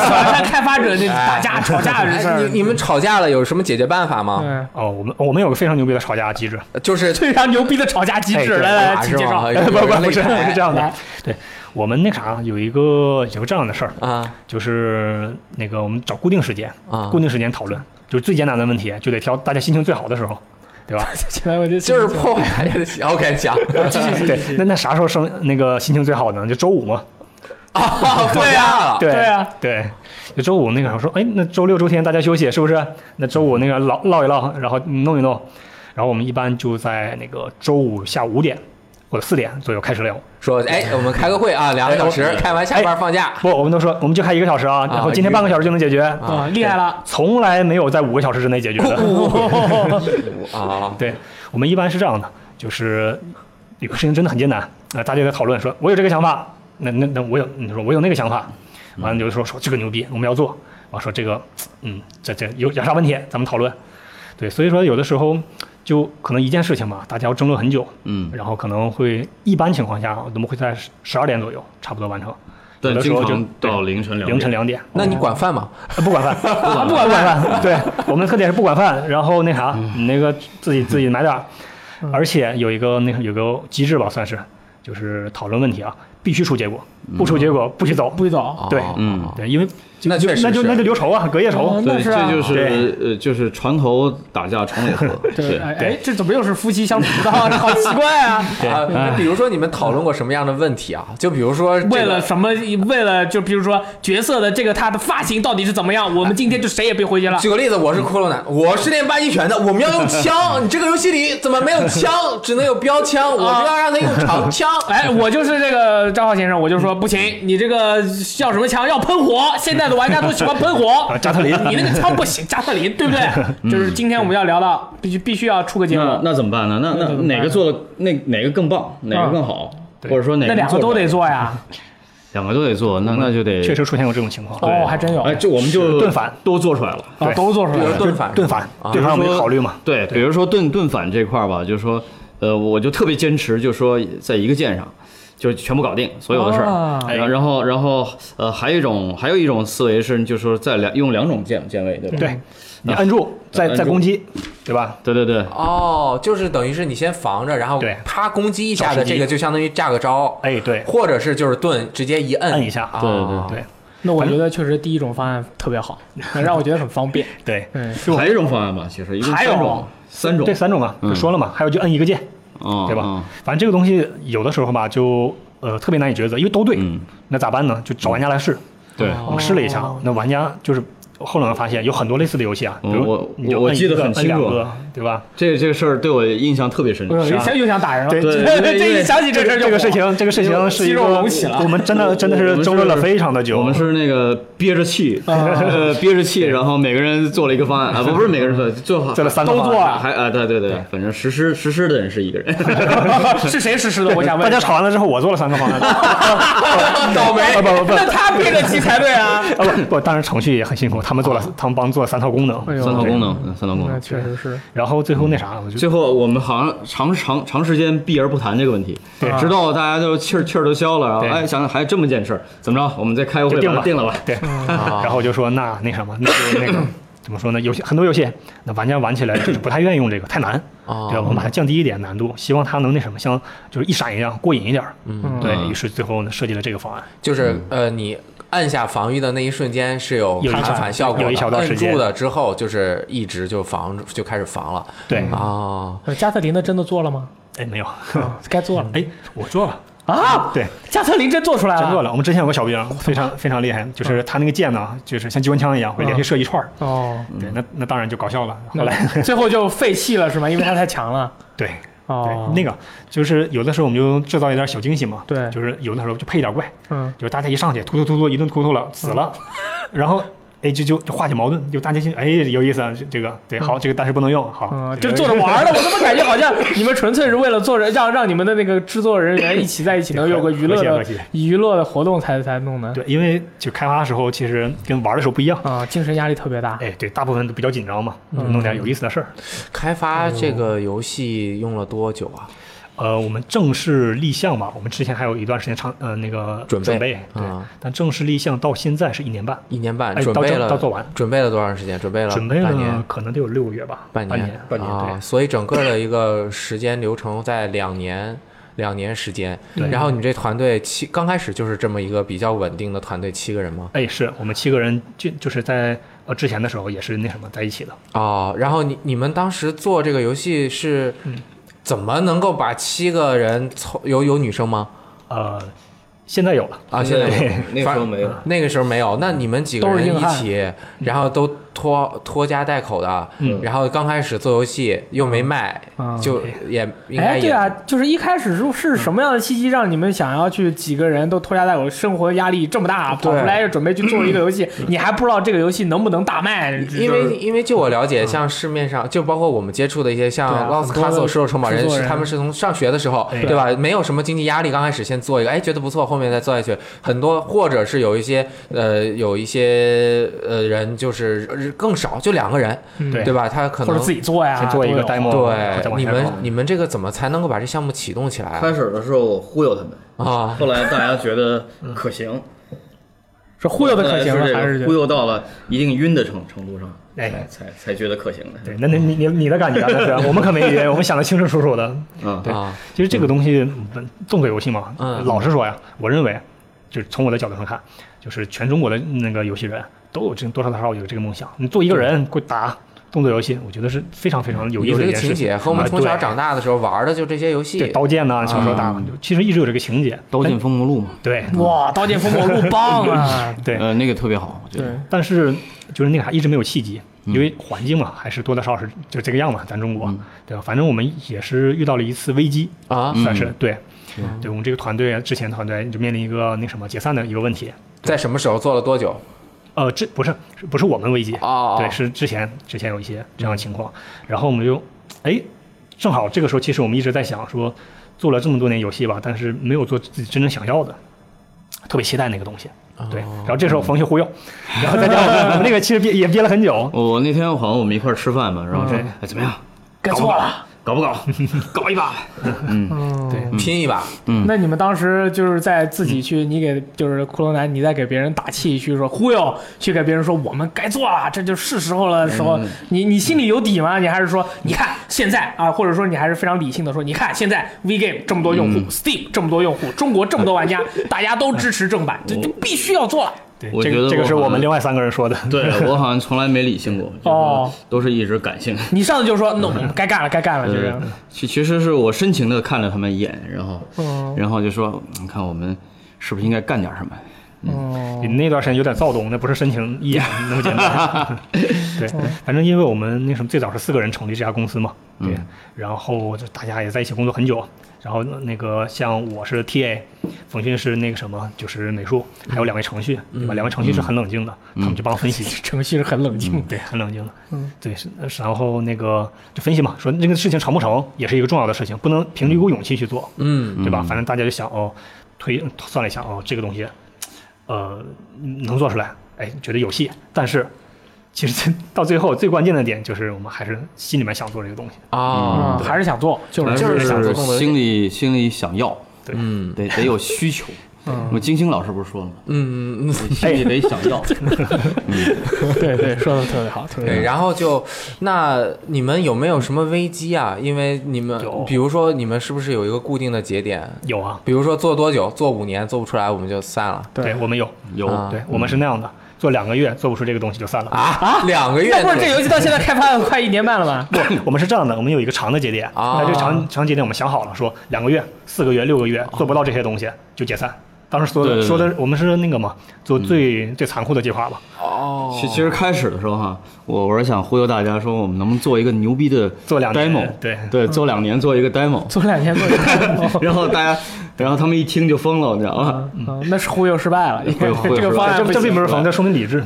S1: 喜欢看开发 者那
S2: 啊
S1: 打架吵架的事
S2: 哎
S1: 儿。
S2: 你你们吵架了有什么解决办法吗？
S1: 对
S3: 哦，我们我们有个非常牛逼的吵架机制，
S2: 就是
S1: 非常牛逼的吵架机
S3: 哎
S1: 制，
S3: 对
S1: 来来来，
S2: 是
S1: 请
S2: 吗
S1: 介绍
S2: 哎。
S3: 不不不是
S2: 擂台
S3: 不是这样的
S1: 来，
S3: 对我们那啥有一个有个这样的事儿，
S2: 啊
S3: 就是那个我们找固定时间，
S2: 啊
S3: 固，定时间讨论，就是最艰难的问题，就得挑大家心情最好的时候，对 吧？
S1: 起来我就
S2: 就是破坏大家的喜 OK 讲
S3: 对，那那啥时候生那个心情最好呢？就周五嘛。
S2: 啊，对呀，
S3: 对
S1: 对啊，
S3: 对，就周五那个时候说，哎，那周六周天大家休息是不是？那周五那个唠唠一唠，然后弄一弄，然后我们一般就在那个周五下午五点或者四点左右开始聊。
S2: 说哎，我们开个会啊，两个小时，开完下班放假。
S3: 不，我们都说我们就开一个小时啊，然后今天半个小时就能解决，
S1: 啊，厉害 了！
S3: 从来没有在五个小时之内解决的。
S2: 啊，
S3: 对我们一般是这样的，就是有个事情真的很艰难，呃，大家在讨论说，我有这个想法，那那那我有，你说我有那个想法，完了你就说说这个牛逼，我们要做，完说这个，嗯，这这有有啥问题，咱们讨论。对，所以说有的时候就可能一件事情嘛，大家要争论很久，
S4: 嗯
S3: 然后可能会一般情况下我们会在十二点左右差不多完成，
S4: 但
S3: 有的时
S4: 经
S3: 候就
S4: 常到凌晨两
S3: 凌晨
S4: 点
S3: 两点，
S2: 那你管饭吗？
S3: 不管饭，不管饭，嗯对我们的特点是不管饭，然后那啥，你那个自己自己买点儿，而且有一个那个有个机制吧，算是就是讨论问题啊，必须出结果，不出结果不许走，
S1: 不许走，
S2: 哦
S3: 对
S4: 嗯
S3: 对，因为
S2: 那确实
S3: 那就是那就留仇啊，隔夜仇
S1: 哦，
S4: 对，
S1: 那是啊
S4: 这就是
S3: 对
S4: 呃，就是船头打架床尾和，
S1: 对，
S4: 对，
S1: 哎，
S3: 对
S1: 哎这怎么又是夫妻相处之道啊？这 好奇怪啊！
S2: 啊，那比如说你们讨论过什么样的问题啊？就比如说这个
S1: 为了什么？为了就比如说角色的这个他的发型到底是怎么样？我们今天就谁也别回去了。
S2: 举个例子，我是骷髅男，我是练八极拳的，我们要用枪。你这个游戏里怎么没有枪？只能有标枪，我们要让他用长枪。
S1: 哎，我就是这个张浩先生，我就说不行，你这个要什么枪？要喷火，现在的玩家都喜欢喷火
S3: 啊，。加特林，
S1: 你那个枪不行，加特林，对不对？就是今天我们要聊到，必须必须要出个结
S4: 那
S1: 果。
S4: 那怎么办呢？那
S1: 那
S4: 那
S1: 怎么办
S4: 哪个做的那哪个更棒，哪个更好，或者说哪
S1: 那
S4: 个
S1: 两个
S4: 做
S1: 都
S4: 出来
S1: 得做呀。
S4: 两个都得做，那那就得
S3: 确实出现过这种情况，
S1: 哦，还真有。
S4: 哎，这我们就是
S3: 盾反
S4: 都做出来了。
S1: 啊，
S3: 对
S1: 都做出
S2: 比
S1: 来
S2: 如
S1: 了。
S2: 盾反，
S3: 盾反，盾反我们考虑嘛，
S4: 对，比如说盾盾反这块儿吧，就是说，呃，我就特别坚持，就是说在一个键上，就是全部搞定所有的事儿。
S1: 啊
S3: 哎
S4: 然后然后然后呃，还有一种还有一种思维是，就是说在两用两种键键位，对吧？
S3: 对你按住再
S4: 按
S3: 再
S4: 住
S3: 攻击，对吧？
S4: 对对对
S2: 哦，就是等于是你先防着，然后
S3: 对
S2: 啪攻击一下的这个就相当于架个招，
S3: 哎，对，
S2: 或者是就是盾直接一摁
S3: 摁一下
S2: 啊
S4: 对对
S3: 对
S1: 那我觉得确实第一种方案特别好，让我觉得很方便。
S3: 对，
S1: 嗯，
S4: 对，还有一种方案吧，其实一共
S1: 还有
S4: 三种，三种
S3: 这，三种啊，就说了嘛，还有就摁一个键，
S4: 嗯
S3: 对吧？？反正这个东西有的时候吧，就呃特别难以抉择，因为都对，
S4: 嗯哦
S3: 那咋办呢？就找玩家来试。
S4: 对，
S3: 我们试了一下，那玩家就是后来发现有很多类似的游戏啊，比
S4: 嗯
S3: 如
S4: 我
S3: 你就
S4: 我
S3: 摁
S4: 记得
S3: 一个
S4: 很
S3: 摁
S4: 清
S3: 两
S4: 楚
S3: 个，对吧？
S4: 这这个事儿对我印象特别深。啊
S1: 一想又想打人了。
S3: 啊对
S4: 对因为因
S1: 这
S4: 为
S1: 一想起这事儿就
S3: 这个事
S1: 火
S3: 情，这个事情是
S1: 肌
S3: 一
S1: 肉
S3: 个
S1: 隆起了
S3: 我们真的真的
S4: 我
S3: 是
S4: 们
S3: 争论了非常的久。
S4: 我们是那个憋着气，
S3: 哦
S4: 呃，憋着气，然后每个人做了一个方案啊，不不是每个人做，最好
S3: 做了三个
S1: 都
S3: 方案
S1: 做了
S4: 还啊，对对对，反正实施实施的人是一个人，
S1: 是谁实施的？我想
S3: 大
S1: 问一
S3: 家
S1: 下。
S3: 吵完了之后，我做了三个方案。
S1: 倒霉
S3: 啊不不，不
S1: 那他憋着气才对啊。
S3: 啊不不，当然程序也很辛苦，他们做了，他们帮做了三套功能。
S1: 哎呦
S4: 三套功能，嗯三套功能。
S1: 确实是，
S3: 然后最后那啥，我就
S4: 最后我们好像长长长时间避而不谈这个问题，直到大家都气儿气儿都消了，然后
S3: 对
S4: 哎，想想还有这么件事儿，怎么着，我们再开个会
S3: 就
S4: 把
S3: 定
S4: 它
S3: 了，
S4: 定了吧。
S3: 对，
S1: 嗯
S3: 然后我就说那那什么，那就那个 怎么说呢？游戏很多游戏，那玩家玩起来就是不太愿意用这个，太难，
S2: 哦
S3: 对吧？我们把它降低一点难度，希望它能那什么，像就是一闪一样过瘾一点儿。
S1: 嗯
S3: 对
S4: 嗯
S3: 于是最后呢设计了这个方案。
S2: 就是呃，你按下防御的那一瞬间是有
S3: 嗯有一
S2: 弹
S3: 小
S2: 反效果的，
S3: 有一小段
S2: 摁
S3: 时间
S2: 住了之后就是一直就防就开始防了。
S3: 对，
S1: 嗯
S2: 哦，
S1: 呃加特林的真的做了吗？啊
S3: 哎，没有，
S1: 该做了
S3: 哎，我做 了，
S1: 啊！
S3: 对，
S1: 加特林真做出来了，
S3: 真做了。我们之前有个小兵，非常非常厉害，就是他那个箭呢，就是像机关枪一样，会
S1: 嗯
S3: 连续射一串儿。
S1: 哦。
S3: 对，那那当然就搞笑了。后
S1: 那
S3: 来，
S1: 最后就废弃了是吗？因为他太强了。
S3: 对，
S1: 哦，
S3: 对，那个就是有的时候我们就制造一点小惊喜嘛，
S1: 对
S3: 就是有的时候就配一点怪，
S1: 嗯，
S3: 就是大家一上去突突突突一顿突突了，死了，然后哎就就就化解矛盾，就大家心哎有意思啊，这这个对好，这个但是不能用，好
S1: 嗯，，就做着玩儿的，我怎么感觉好像你们纯粹是为了做着让让你们的那个制作人员一起在一起能有个娱乐
S3: 和谐和
S1: 的
S3: 谐
S1: 娱乐的活动才才弄的？
S3: 对，因为就开发的时候其实跟玩的时候不一样。
S1: 啊，精神压力特别大。
S3: 哎，对，大部分都比较紧张嘛，
S1: 嗯
S3: 就弄点有意思的事儿。
S2: 开
S3: 哦
S2: 发这个游戏用了多久啊？
S3: 呃，我们正式立项吧，我们之前还有一段时间长，呃，那个
S2: 准备
S3: 备，对
S2: 啊，
S3: 但正式立项到现在是一年半，
S2: 一年半，
S3: 哎
S2: 准
S3: 到
S2: 备
S3: 这
S2: 了
S3: 到做完
S2: 准备了多长时间？准备了
S3: 准备
S2: 半
S3: 了
S2: 年，
S3: 可能得有六个月吧，
S2: 半
S3: 年，半年，对
S2: 啊，。所以整个的一个时间流程在两年。两年时间，
S3: 对
S2: 然后你这团队七刚开始就是这么一个比较稳定的团队，七个人吗？
S3: 哎，是我们七个人就就是在呃之前的时候也是那什么在一起的，
S2: 哦，然后你你们当时做这个游戏是
S1: 嗯
S2: 怎么能够把七个人凑有有女生吗？
S3: 呃，现在有了，
S2: 啊，现在有
S4: 那个时候没有，
S2: 那个时候没有，那你们几个
S1: 都是
S2: 人
S1: 硬
S2: 一
S1: 汉嗯
S2: 起，然后都拖拖家带口的，然后刚开始做游戏又没卖，
S1: 嗯
S2: 就也应该
S1: 哎，对
S2: 也、
S1: 啊，就是一开始是是什么样的契机让你们想要去几个人都拖家带口，生活压力这么大，跑
S2: 对
S1: 出来准备去做一个游戏，你还不知道这个游戏能不能大卖？这
S2: 因
S1: 就
S2: 为
S1: 是
S2: 因为就我了解，像市面上就包括我们接触的一些
S1: 对
S2: 像
S1: 啊
S2: Lost
S1: 很多
S2: Castle 石头城堡人
S1: 制作
S2: 士，
S1: 人
S2: 他们是从上学的时候，
S3: 哎
S2: 对吧？没有什么经济压力，刚开始先做一个，哎，觉得不错，后面再做下去。很多或者是有一些呃有一些呃人就是呃更少，就两个人，
S3: 对
S2: 对吧？他可
S1: 或
S2: 能
S1: 者自己做呀，
S3: 先做一
S1: 都
S3: 个
S1: 有
S3: demo，然后
S2: 对
S3: 再往
S2: 你
S3: 下
S2: 们
S3: 搞
S2: 你们这个怎么才能够把这项目启动起来啊
S4: 开？始的时候忽悠他们，
S2: 啊
S4: 后来大家觉得可行，
S1: 是 忽悠的可行
S4: 后来
S1: 了
S4: 是这个
S1: 还是觉
S4: 忽
S1: 得
S4: 悠到了一定晕的程程度上，
S3: 哎
S4: 才才才觉得可行的。
S3: 对，那
S2: 嗯
S3: 那你你你的感觉啊那是，我们可没约，我们想的清清楚楚的。
S4: 啊，
S3: 对
S2: 啊，
S3: 其实这个东西嗯动作游戏嘛，
S2: 嗯
S3: 老实说呀，我认为就是从我的角度上看，就是全中国的那个游戏人都有这多少多少有这个梦想，你做一个
S2: 嗯
S3: 人过去打。动作游戏，我觉得是非常非常有意
S2: 有
S3: 思
S2: 这
S3: 的一
S2: 个
S3: 件事
S2: 情
S3: 情。
S2: 节和我们
S3: 啊
S2: 从小
S3: 对
S2: 长大的时嗯候玩的就这些游戏
S3: 对，刀剑呐，小时候打的，其实一直有这个情节。
S4: 刀剑封魔录嘛，
S3: 对
S2: 嗯
S1: 哇，《刀剑封魔录》棒 啊！
S3: 对，
S4: 呃，那个特别好，我觉
S1: 对
S4: 得。，
S3: 但是就是那个啥，一直没有契机，因为环境嘛，还是多多少少是就这个样嘛，咱中国，对吧？反正我们也是遇到了一次危机，
S2: 啊，
S3: 算是对，对我们这个团队啊之前团队就面临一个那什么解散的一个问题。
S2: 在什么时候做了多久？
S3: 呃，这不是是不是我们危机，
S2: 哦哦
S3: 对，是之前之前有一些这样的情况，然后我们就，哎，正好这个时候，其实我们一直在想说，做了这么多年游戏吧，但是没有做自己真正想要的，特别期待那个东西，
S4: 哦
S3: 对，然后这时候冯旭忽悠，然后再加上我们那个其实憋也憋了很久，
S4: 我那天好像我们一块儿吃饭嘛，然后说
S3: 嗯，
S4: 哎，怎 么样？
S1: 该做了。
S4: 搞不搞？搞一把。嗯，
S1: 对
S2: 拼一把，
S4: 嗯
S1: 那你们当时就是在自己去，你给就是骷髅男，你在给别人打气，去说忽悠，去给别人说我们该做了，这就是时候了的时候，你你心里有底吗？你还是说你看现在啊，或者说你还是非常理性的说，你看现在 V Game 这么多用户、s t e a m 这么多用户，中国这么多玩家，大家都支持正版，就就必须要做了。
S3: 对，
S4: 我
S3: 这
S4: 觉
S3: 个
S4: 得
S3: 这个
S4: 我
S3: 是
S4: 好
S3: 我们
S4: 像
S3: 另外三个人说的，
S4: 对我好像从来没理性过，
S1: 哦
S4: 就是都是一直感性。
S1: 你上次就说那我们该干了，该干了，就是
S4: 呃，其其实是我深情嗯的看了他们一眼，然后，然后就说，你看我们是不是应该干点什么？
S1: 哦
S3: 你那段时间有点躁动，那不是深情一眼那么简单。对，反正因为我们那什么最早是四个人成立这家公司嘛，对，然后就大家也在一起工作很久。然后那个像我是 TA，冯迅是那个什么，就是美术，还有两位程序，对吧？两位程序是很冷静的，他们就帮我分析，
S1: 程序是很冷静的。
S3: 对，很冷静的。嗯，对，是然后那个就分析嘛，说那个事情成不成也是一个重要的事情，不能凭着一股勇气去做，
S2: 嗯，
S3: 对吧？反正大家就想哦，推算了一下哦，这个东西，呃，能做出来，哎，觉得有戏，但是。其实最到最后最关键的点就是，我们还是心里面想做这个东西。
S2: 啊
S1: 嗯，，还是想做，就是
S2: 就
S1: 就是是想做。
S2: 做
S4: 心里心里想要，
S3: 对，
S2: 嗯
S4: 得得有需求。我金星老师不是说了吗？
S2: 嗯嗯嗯，
S4: 心里得想要。
S1: 对对，说的特别好，特别
S2: 对，
S1: 好。
S2: 然后就那你们有没有什么危机啊？因为你们
S3: 有
S2: 比如说你们是不是有一个固定的节点？
S3: 有啊，
S2: 比如说做多久，做五年做不出来我们就散了
S3: 对我们有，
S4: 有
S2: 啊
S3: 对我们是那样的，做两个月做不出这个东西就散了。
S2: 啊， 两个月
S1: 那不是这游戏到现在开发了快一年半了吧？
S3: 不，我们是这样的，我们有一个长的节点，
S2: 啊
S3: 那这个长长节点我们想好了，说两个月、四个月、六个月做不到这些东西就解散。当时说
S4: 对
S3: 的
S4: 对对
S3: 说的，我们是那个嘛，做最最残酷的计划吧，
S2: 哦
S4: 其其实开始的时候哈，我我是想忽悠大家说，我们能不能做一个牛逼的
S3: 做两年
S4: demo？
S3: 对
S4: 对，做两年做一个 demo，
S1: 做两天做一天哦
S4: 然后大家，然后他们一听就疯了，你知道吗？
S1: 嗯，那是忽悠失败了，因为
S4: 忽悠
S1: 这个
S4: 失
S1: 方
S4: 败啊
S1: 案
S3: 这
S1: 哎不
S3: 这并
S1: 行
S3: 不是防，这说明理智。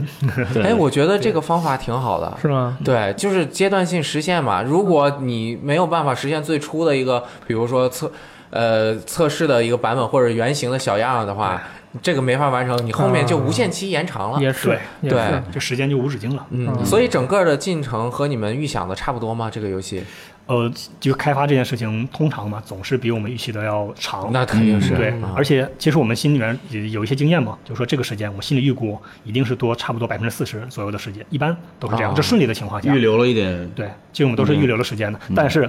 S4: 对
S2: 哎，我觉得这个方法挺好的，
S1: 是吗？
S2: 对，就是阶段性实现嘛。如果你没有办法实现最初的一个，比如说测呃测试的一个版本或者原型的小样儿的话，这个没法完成，你后面就无限期延长了。
S1: 嗯也是
S3: 对，
S1: 也是
S2: 啊对。
S3: 这时 间就无止境了。
S2: 嗯，所以整个的进程和你们预想的差不多吗？这个游戏，
S3: 呃，就开发这件事情，通常嘛，总是比我们预期的要长。
S2: 那肯定是
S3: 对
S2: 嗯，
S3: 而且其实我们心里面也有一些经验嘛，就是说这个时间，我们心里预估一定是多差不多百分之四十左右的时间，一般都是这样。
S2: 哦
S3: 这顺利的情况下，
S4: 预留了一点，
S3: 对，其实我们都
S2: 嗯
S3: 是预留了时间的，但是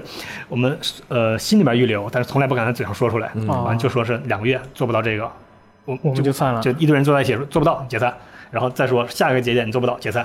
S3: 我们呃心里边预留，但是从来不敢在嘴上说出来，
S2: 嗯
S3: 完就说是两个月做不到这个，我
S1: 哦我们就散了
S3: 就一堆人坐在一起说做不到解散，然后再说下一个节点你做不到解散，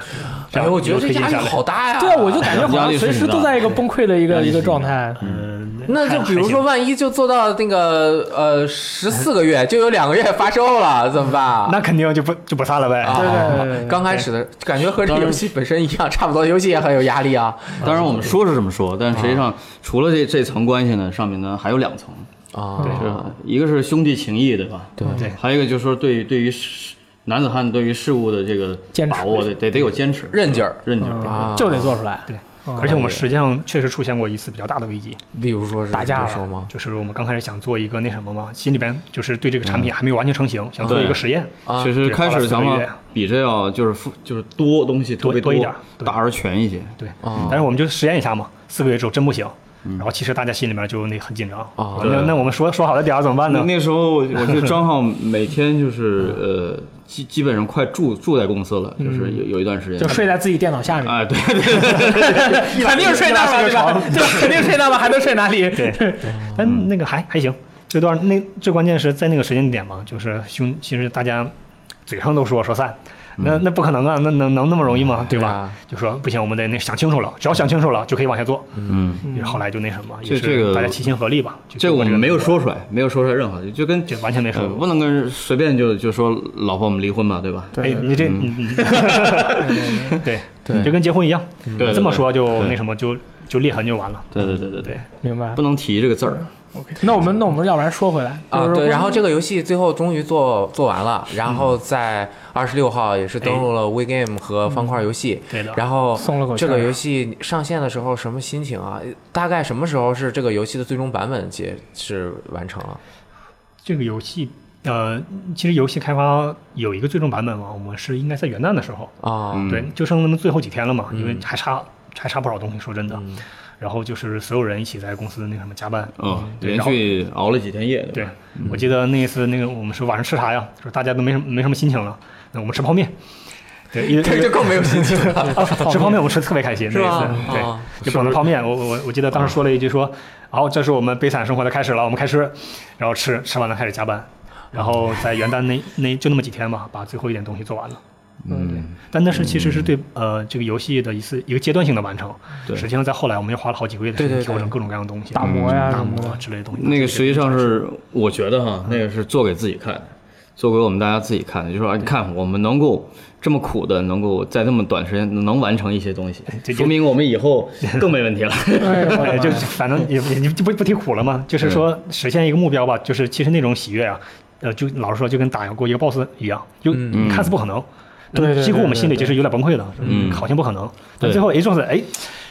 S3: 这
S2: 哎，
S3: 样
S2: 我觉得这
S3: 就推进
S2: 压力
S3: 下来
S2: 好。大呀。
S1: 对啊，我就感觉好
S4: 压
S1: 像
S4: 力是
S1: 随时
S4: 挺大
S1: 都在一个崩溃的一
S4: 压
S1: 个
S4: 力
S1: 一
S4: 是
S1: 个
S4: 挺
S1: 状态。
S3: 嗯，
S2: 那就
S3: 还
S2: 比如说，，万一就做到那个呃十四个月，就有两个月发售了，怎么办啊
S3: 还？那肯定就不就不散了呗。
S2: 啊
S1: 对对对对对
S2: 刚开始的感觉和这游戏本身一样，差不多，游戏也很有压力啊。
S4: 当然我们说是这么说，但
S3: 啊
S4: 实际上除了这这层关系呢，上面呢还有两层，
S2: 啊，
S4: 是吧一个是兄弟情谊，对吧？对
S3: 对
S4: 还有一个就是说对对于事男子汉对于事物的这个
S1: 坚持嗯
S4: 把握，得得得有坚持、
S2: 韧劲儿
S4: 韧劲儿。
S2: 啊，
S1: 就得做出来。
S3: 对，而且我们实际上确实出现过一次比较大的危机，
S2: 比如说是
S1: 打架
S2: 这
S1: 了
S2: 个时候吗？
S3: 就是我们刚开始想做一个那什么嘛，心里边就是对这个产
S2: 嗯
S3: 品还没有完全成型，想做一个实验。
S2: 啊
S4: 其实开始咱
S3: 花了四个
S4: 们
S3: 月
S4: 比这要就是复就是多东西特别
S3: 多多一点儿对
S4: 大而全一些。
S3: 对，
S2: 哦
S3: 但是我们就实验一下嘛，四个月之后真不行，
S4: 嗯
S3: 然后其实大家心里面就那很紧张
S2: 哦
S3: 那那我们说说好的点儿怎么办
S4: 那
S3: 呢？
S4: 那时候我 我记得张浩每天就是呃基基本上快住住在公司了，就是
S3: 嗯
S4: 有有一段时间
S1: 就睡在自己电脑下面，
S4: 哎对对 对
S1: 肯定睡那吧，对吧？就肯定睡那吧，还能睡哪里？
S3: 对， 但那个还还行。这段那最关键是在那个时间点嘛，就是兄，其实大家嘴上都说说散，
S4: 嗯
S3: 那那不可能啊，那能能那么容易吗？对
S2: 对
S3: 吧
S2: 啊？
S3: 就说不行，我们得那想清楚了，只要想清楚了就可以往下做。
S4: 嗯，
S3: 也后来就那什么，
S4: 这
S3: 也
S4: 这个
S3: 是大家齐心合力吧。就
S4: 这个
S3: 做
S4: 我
S3: 这
S4: 们没有说出来，没有说出来任何，就跟
S3: 这完全没说
S4: 呃
S3: 过
S4: 不能跟随便就就说老婆我们离婚吧，对吧？
S3: 哎，你这，嗯 嗯对
S2: 对
S3: 就跟结婚一样，
S4: 对
S3: 这么说就
S4: 嗯对
S3: 那什么，就就裂痕就完了。
S4: 对对对对对
S3: 对，
S1: 明白
S4: 不。能提这个字儿。
S1: 那我们那我们要不然说回嗯来
S2: 啊，
S1: 就是
S2: 对，然后这个游戏最后终于做做完了，然后在二十六号也是登录了 WeGame 和方块游戏，
S3: 对的
S2: 然后
S1: 松了口气
S2: 这
S1: 儿
S2: 个游戏上线的时候什么心情啊？大概什么时候是这个游戏的最终版本结是完成了？
S3: 这个游戏，呃，其实游戏开发有一个最终版本嘛，我们是应该在元旦的时候，
S2: 啊
S4: 嗯
S3: 对，就剩那么最后几天了嘛，因为还差还差不少东西，说真的。然后就是所有人一起在公司那什么加班，
S4: 嗯，
S3: 对
S4: 连
S3: 然后
S4: 续熬了几天夜，
S3: 对
S4: 吧，
S3: 我记得那一次那个我们说晚上吃啥呀？说大家都没什么没什么心情了，那我们吃泡面。对，一
S2: 这就更没有心情了
S3: 吃泡面我吃得特别开心，
S2: 是吧
S3: 那一次
S2: 啊
S3: 对，就捧着泡面，我我我记得当时说了一句说，然后这是我们悲惨生活的开始了，我们开吃，然后吃吃完了开始加班，然后在元旦 那那就那么几天吧，把最后一点东西做完了。
S4: 嗯，
S3: 但那是其实是对呃这个游戏的一次一个阶段性的完成，
S4: 对
S3: 实际上在后来我们又花了好几个月的时
S2: 对
S3: 间
S2: 对对
S3: 调整各种各样的东西，
S1: 打磨呀
S3: 嗯打
S1: 什么的
S3: 磨之类的东西。
S4: 嗯那个实际上是我觉得哈，那个是做给自己看的。做给我们大家自己看的，就说啊，你看我们能够这么苦的，能够在这么短时间能完成一些东西，
S3: 这就
S4: 说明我们以后更没问题了。
S1: 哎我
S3: 对，
S1: 的
S3: 就
S1: 妈呀
S3: 是反正也也就不不提苦了嘛，就是说实现一个目标吧，就是其实那种喜悦啊，呃，就老实说，就跟打过一个 boss 一样，就你看似不可能，
S1: 对对对
S3: 几乎我们心里就是有点崩溃的，
S4: 嗯
S3: 好像不可能，但
S4: 对
S3: 最后一撞死，哎，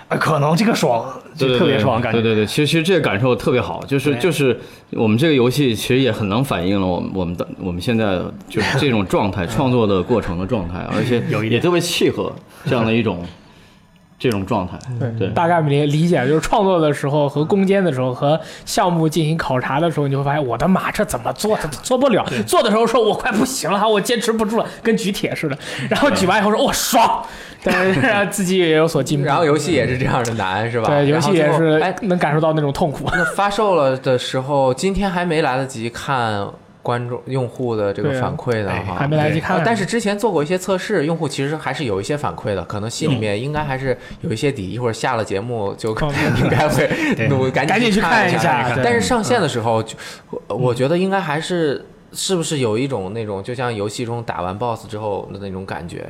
S3: 哎，可能这个爽，就
S4: 对对
S3: 特别
S4: 对
S3: 爽，感觉
S4: 对对对，其实其实这个感受特别好，就是
S3: 对
S4: 就是我们这个游戏其实也很能反映了我们我们的我们现在就是这种状 态，创作的过程的状态，而且
S3: 有一点
S4: 也特别契合这样的一种这种状态。对
S1: 大概理理解就是创作的时候和攻坚的时候和项目进行考察的时候，你会发现我的妈这怎么做怎么做不了？做的时候说我快不行了，我坚持不住了，跟举铁似的。然后举完以后说我爽，但是自己也有所进步。
S2: 然后游戏也是这样的难，是吧？
S1: 对游
S2: 然
S1: 戏
S2: 后
S1: 也
S2: 最后
S1: 是
S2: 哎，
S1: 能感受到那种痛苦。
S2: 那发售了的时候，今天还没来得及看观众用户的这个
S1: 对啊
S2: 反馈呢，
S3: 哎
S2: 哈，
S1: 还没来得及
S3: 对
S1: 看
S2: 呃，但是之前做过一些测试，用户其实还是有一些反馈的，可能心里面应该还是有一些底。一会儿下了节目就
S1: 嗯
S2: 应该会，我赶
S1: 赶紧去
S2: 去
S1: 看一
S2: 一嗯
S1: 下对
S2: 但是上线的时候，就我我觉得应该还是。是不是有一种那种，就像游戏中打完 BOSS 之后的那种感觉，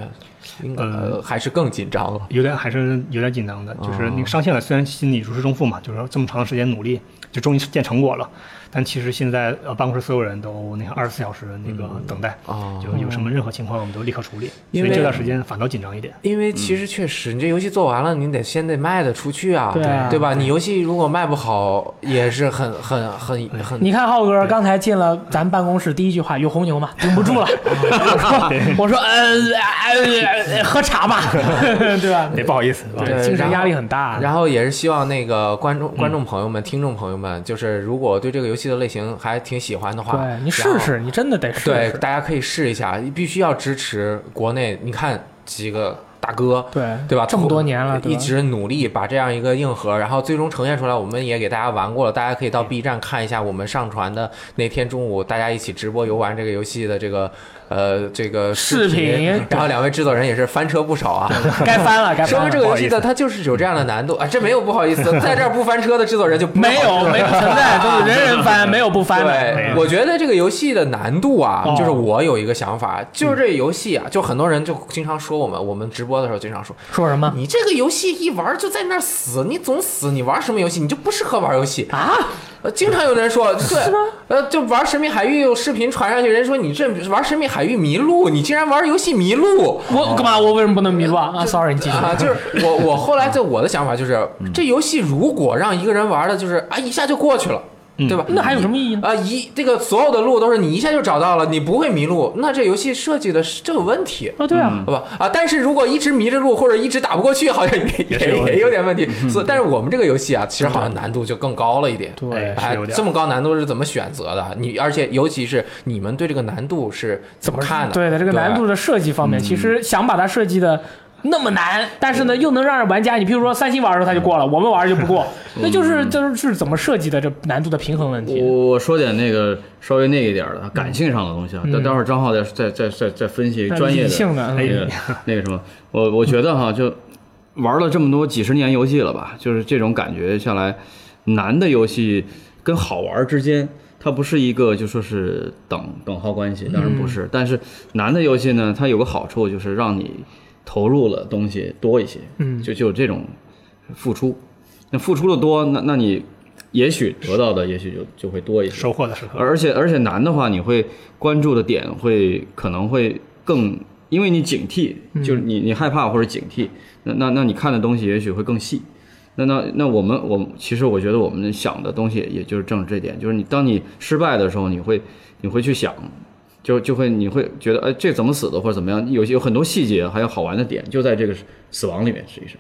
S2: 应该、
S3: 呃
S2: 呃还是更紧张了。
S3: 有点还是有点紧张的，就是那个上线了，虽然心里如释重负嘛，就是说这么长时间努力，就终于见成果了，但其实现在呃办公室所有人都那个二十四小时那个等待，
S2: 哦
S3: 就有什么任何情况我们都立刻处理，
S2: 因为
S3: 所以这段时间反倒紧张一点。
S2: 因为其实确实，你这游戏做完了，你得先得卖得出去啊，
S1: 对啊
S2: 对吧？你游戏如果卖不好，也是很很很很
S1: 你看浩哥刚才进了咱办公室，第一句话有红牛吗？顶不住了。我说，我说，呃，呃呃喝茶吧，对吧？
S3: 哎，不好意思，
S2: 对
S1: 精神压力很大。
S2: 然后也是希望那个观
S1: 嗯
S2: 众、观众朋友们、听众朋友们，就是如果对这个游戏的类型还挺喜欢的话，
S1: 对你
S2: 然
S1: 试
S2: 后，
S1: 试，你真的得试
S2: 对，
S1: 试。
S2: 大家可以试一下，必须要支持国内。你看几个大哥，
S1: 对
S2: 对吧？
S1: 这么多年了，对吧
S2: 一直努力把这样一个硬核，然后最终呈现出来，我们也给大家玩过了。大家可以到 B 站看一下我们上传的那天中午，大家一起直播游玩这个游戏的这个呃这个
S1: 视频
S2: 然后两位制作人也是翻车不少啊。
S1: 该翻了，该
S2: 说
S1: 翻了
S2: 明这。个游戏的它就是有这样的难度啊，这没有不 好意思，在这儿不翻车的制作人就不
S1: 没有，没有存在，就是人人翻，没有不翻的。
S2: 对，我觉得这个游戏的难度啊
S1: 哦，嗯
S2: 就是我有一个想法，就是这游戏啊，就很多人就经常说我们，我们直播的时候经常说，
S1: 说什么
S2: 你这个游戏一玩就在那儿死，你总死，你玩什么游戏？你就不适合玩游戏。
S1: 啊？
S2: 呃，经常有 人说，对，呃，就玩《神秘海域》视频传上去，人说你这玩《神秘海域》迷路，你竟然玩游戏迷路。
S1: 我干嘛？我为什么不能迷路啊？啊
S2: 就
S1: ，sorry，你继续。
S2: 啊， 就是我我后来在我的想法就是，这游戏如果让一个人玩的，就是啊一下就过去了，对吧？
S1: 那还有什么意义呢？
S2: 啊，一这个所有的路都是你一下就找到了，你不会迷路，那这游戏设计的是这有问题。
S1: 啊，对啊，
S2: 好吧啊，但是如果一直迷着路或者一直打不过去，好像也
S3: 也是有
S2: 也
S3: 问题
S2: 也有点问题。所以，但是我们这个游戏啊，其实好像难度就更高了一点。
S1: 对，
S2: 哎
S3: 是有，点
S2: 这么高难度是怎么选择的？你而且尤其是你们对这个难度是怎么看的？
S1: 对嗯的，这个难度的设计方面，其实想把它设计的。那么难，但是呢，又能让玩家，你譬如说三星玩的时候他就过了，我们玩就不 过，那就是就是是怎么设计的这难度的平衡问题。
S4: 我我说点那个稍微那一点儿的感性上的东西
S1: 嗯
S4: 啊，待待会儿张浩再再再再再分析
S1: 那
S4: 专业
S1: 理性的
S4: 的那个
S1: 嗯
S4: 那个什么，我我觉得哈，就玩了这么多几十年游戏了吧，就是这种感觉下来，难的游戏跟好玩之间。它不是一个就说是等等号关
S1: 嗯
S4: 系，当然不是。但是难的游戏呢，它有个好处就是让你投入了东西多一些，
S1: 嗯
S4: 就就有这种付出。那付出的多，那那你也许得到的也许就就会多一些。
S3: 收获的时刻，
S4: 而且而且难的话，你会关注的点会可能会更，因为你警惕，就是你你害怕或者警惕，那那那你看的东西也许会更细。那那那我们我们其实我觉得我们想的东西也就是正是这点，就是你当你失败的时候，你会你会去想，就就会你会觉得哎这怎么死的或者怎么样，有些有很多细节还有好玩的点就在这个死亡里面，实际上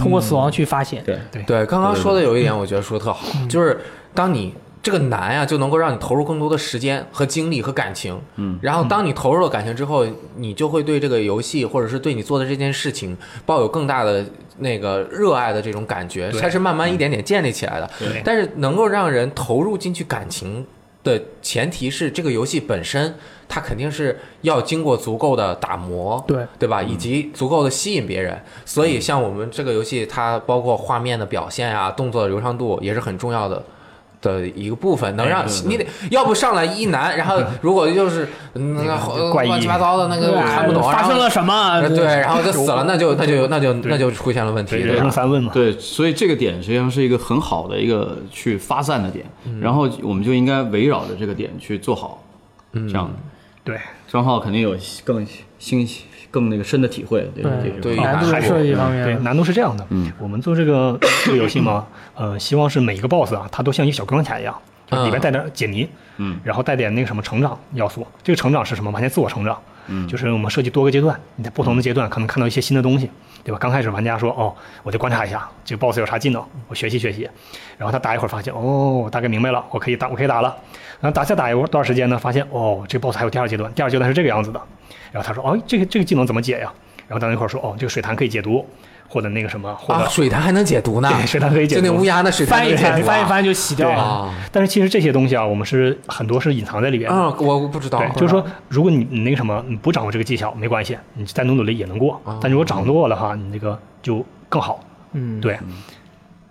S1: 通过死亡去发现，
S4: 对。
S2: 对，刚刚说的有一点，我觉得说的特好，就是当你这个难呀、就能够让你投入更多的时间和精力和感情。嗯，然后当你投入了感情之后，你就会对这个游戏或者是对你做的这件事情抱有更大的那个热爱的这种感觉，
S3: 对
S2: 它是慢慢一点点建立起来的。
S3: 对
S2: 但是能够让人投入进去感情的前提是，这个游戏本身它肯定是要经过足够的打磨，
S1: 对
S2: 对吧？以及足够的吸引别人。所以像我们这个游戏，它包括画面的表现啊、动作的流畅度也是很重要的的一个部分，能让你得要不上来一难，然后如果就是嗯那个
S3: 怪异
S2: 乱七八糟的那个
S1: 对
S2: 我看不懂，
S1: 发
S2: 然后
S1: 生了什么？
S2: 呃对，然后就死了，那就那就那就
S3: 对
S2: 那就出现了问题，
S3: 对，
S2: 对
S3: 人生
S2: 吧？
S3: 三问嘛。
S4: 对，所以这个点实际上是一个很好的一个去发散的点，然后我们就应该围绕着这个点去做好，这样的。
S3: 对，
S4: 张浩肯定有更新更那个深的体会，对
S1: 对
S4: 这
S2: 对
S4: 个
S1: 难度
S3: 还是
S1: 设计方
S3: 对，
S1: 面，
S3: 难度是这样的，嗯，我们做这个 这个游戏嘛，呃，希望是每一个 boss 啊，它都像一个小关卡一样，就里边带点解谜，
S4: 嗯，
S3: 然后带点那个什么成长要素。这个成长是什么？完全自我成长，嗯，就是我们设计多个阶段，你在不同的阶段可能看到一些新的东西，对吧？刚开始玩家说，哦，我就观察一下这个 boss 有啥技能，我学习学习，然后他打一会儿发现，哦，我大概明白了，我可以打，我可以打了。然后打再打一会儿段时间呢，发现哦，这 boss 还有第二阶段，第二阶段是这个样子的。然后他说，哦，这个这个技能怎么解呀？然后到那块儿说，哦，这个水潭可以解毒，或者那个什么，或者、
S2: 啊，水潭还能解毒呢，
S3: 对水潭可以解毒
S2: 就那乌鸦那水潭
S1: 翻一
S2: 能解
S1: 翻，
S2: 毒啊
S1: 翻一翻就洗掉
S3: 对
S1: 了。
S2: 啊
S3: 但是其实这些东西啊，我们是很多是隐藏在里边的。
S2: 啊，我不知道，
S3: 对，就是说，如果你你那个什么，你不掌握这个技巧没关系，你再努努力也能过。但如果掌握了哈，你这个就更好。
S1: 嗯，
S3: 对，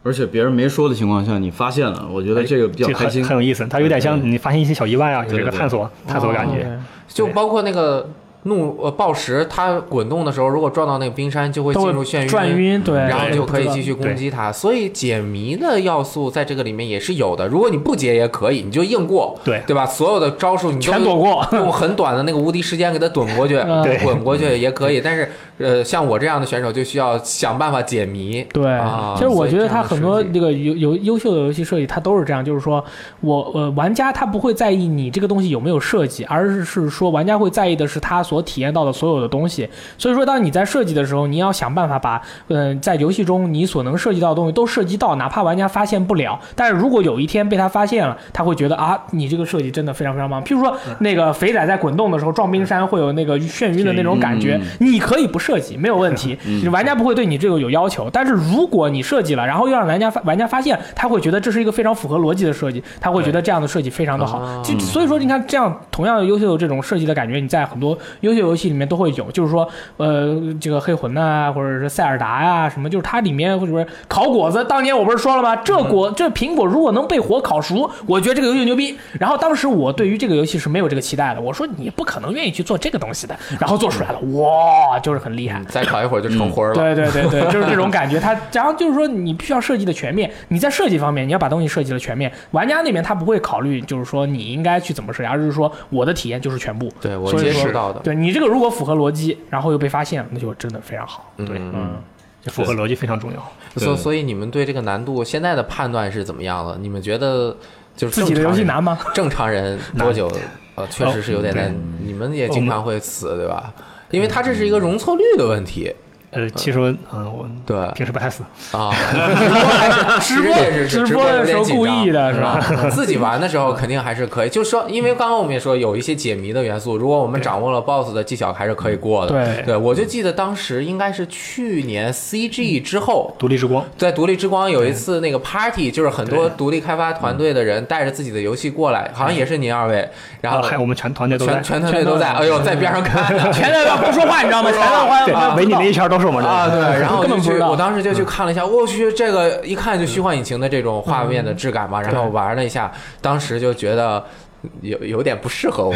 S4: 而且别人没说的情况下，你发现了，我觉得这个比较
S3: 这
S4: 开
S3: 很
S4: 心。
S3: 很有意思，它有点像你发现一些小意外啊，有这
S4: 对
S3: 个
S4: 对
S3: 探索探索感觉。
S1: 哦
S2: 就包括那个怒呃暴石，它滚动的时候，如果撞到那个冰山，就会
S1: 都
S2: 进
S1: 会
S2: 入眩
S1: 转
S2: 晕。
S1: 晕，对，
S2: 然后就可以继
S1: 续。
S2: 续攻击它，所以解谜的要素在这个里面也是有的。如果你不解也可以，你就硬过，
S3: 对
S2: 对吧？所有的招数你都
S1: 全躲过
S2: 用很短的那个无敌时间给它怼 过去
S1: 嗯
S3: 对，
S2: 滚过去也可以。但是，呃，像我这样的选手就需要想办法解谜。
S1: 对，
S2: 啊
S1: 其实我觉得它很多
S2: 所以这样的设计
S1: 这个游游优秀的游戏设计，它都是这样，就是说我呃玩家他不会在意你这个东西有没有设计，而是是说玩家会在意的是他所体验到的所有的东西。所以说，当你在设计的时候，你要想办法把嗯、呃在游戏中你所能涉及到的东西都涉及到，哪怕玩家发现不了，但是如果有一天被他发现了，他会觉得啊，你这个设计真的非常非常棒。譬如说那个肥仔在滚动的时候撞冰山会有那个眩晕的那种感觉
S4: 嗯，
S1: 你可以不设计，没有问题，玩家不会对你这个有要求。但是如果你设计了，然后又让玩家发玩家发现，他会觉得这是一个非常符合逻辑的设计，他会觉得这样的设计非常的好。
S2: 啊
S1: 就所以说，你看这样同样优秀的这种设计的感觉，你在很多优秀游戏里面都会有，就是说，呃，这个黑魂呐、或者是塞尔达呀、什么，就是它里面或者是烤果子，当年我不是说了吗？这果这苹果如果能被火烤熟，我觉得这个游戏牛逼。然后当时我对于这个游戏是没有这个期待的，我说你不可能愿意去做这个东西的，然后做出来了，哇，就是很厉害。
S2: 再烤一会儿就成灰儿了。
S1: 对对对对，就是这种感觉。它然后就是说，你必须要设计的全面。你在设计方面，你要把东西设计的全面。玩家那边他不会考虑，就是说你应该去怎么设计，而是说我的体验就是全部。
S2: 对我
S1: 所以
S2: 接
S1: 说
S2: 触到的
S1: 对你这个如果符合逻辑，然后又被发现，那就真的非常好。
S3: 对，
S1: 嗯，
S3: 这符合逻辑非常重要。
S2: 所所以你们对这个难度现在的判断是怎么样的？你们觉得就是
S1: 自己的
S2: 正常
S1: 游戏
S2: 人
S1: 难吗？
S2: 正常人多久？呃，确实是有点难
S3: 哦。
S2: 你们也经常会死，对吧？因为它这是一个容错率的问题，
S3: 呃，其实嗯，我
S2: 对
S3: 平时不太死，
S2: 啊。直播还是其实也 是
S1: 直
S2: 直
S1: 播
S2: 有点
S1: 的时候
S2: 紧张
S1: 故意的是吧
S2: 吧？ 自己玩的时候肯定还是可以，就说因为刚刚我们也说有一些解谜的元素，如果我们掌握了 BOSS 的技巧，还是可以过的。
S1: 对
S2: 对我就记得当时应该是去年 CG 之后，
S3: 独立之光。
S2: 在独立之光有一次那个 party，就是很多独立开发团队的人带着自己的游戏过来，好像也是您二位，然后
S3: 啊还有我们全团队都在
S2: 全，全团队都在，哎呦，在边上看呢。
S1: 前代表不说话，你知道吗？前代表
S3: 对
S1: 花，
S3: 围你那一圈都是我们人
S2: 啊， 对，然后我
S1: 根本
S2: 就
S1: 不
S2: 去，
S1: 知道
S2: 我当时就去看了一下，我去，这个一看就虚幻引擎的这种画面的质感嘛，然后玩了一下，当时就觉得有有点不适合我，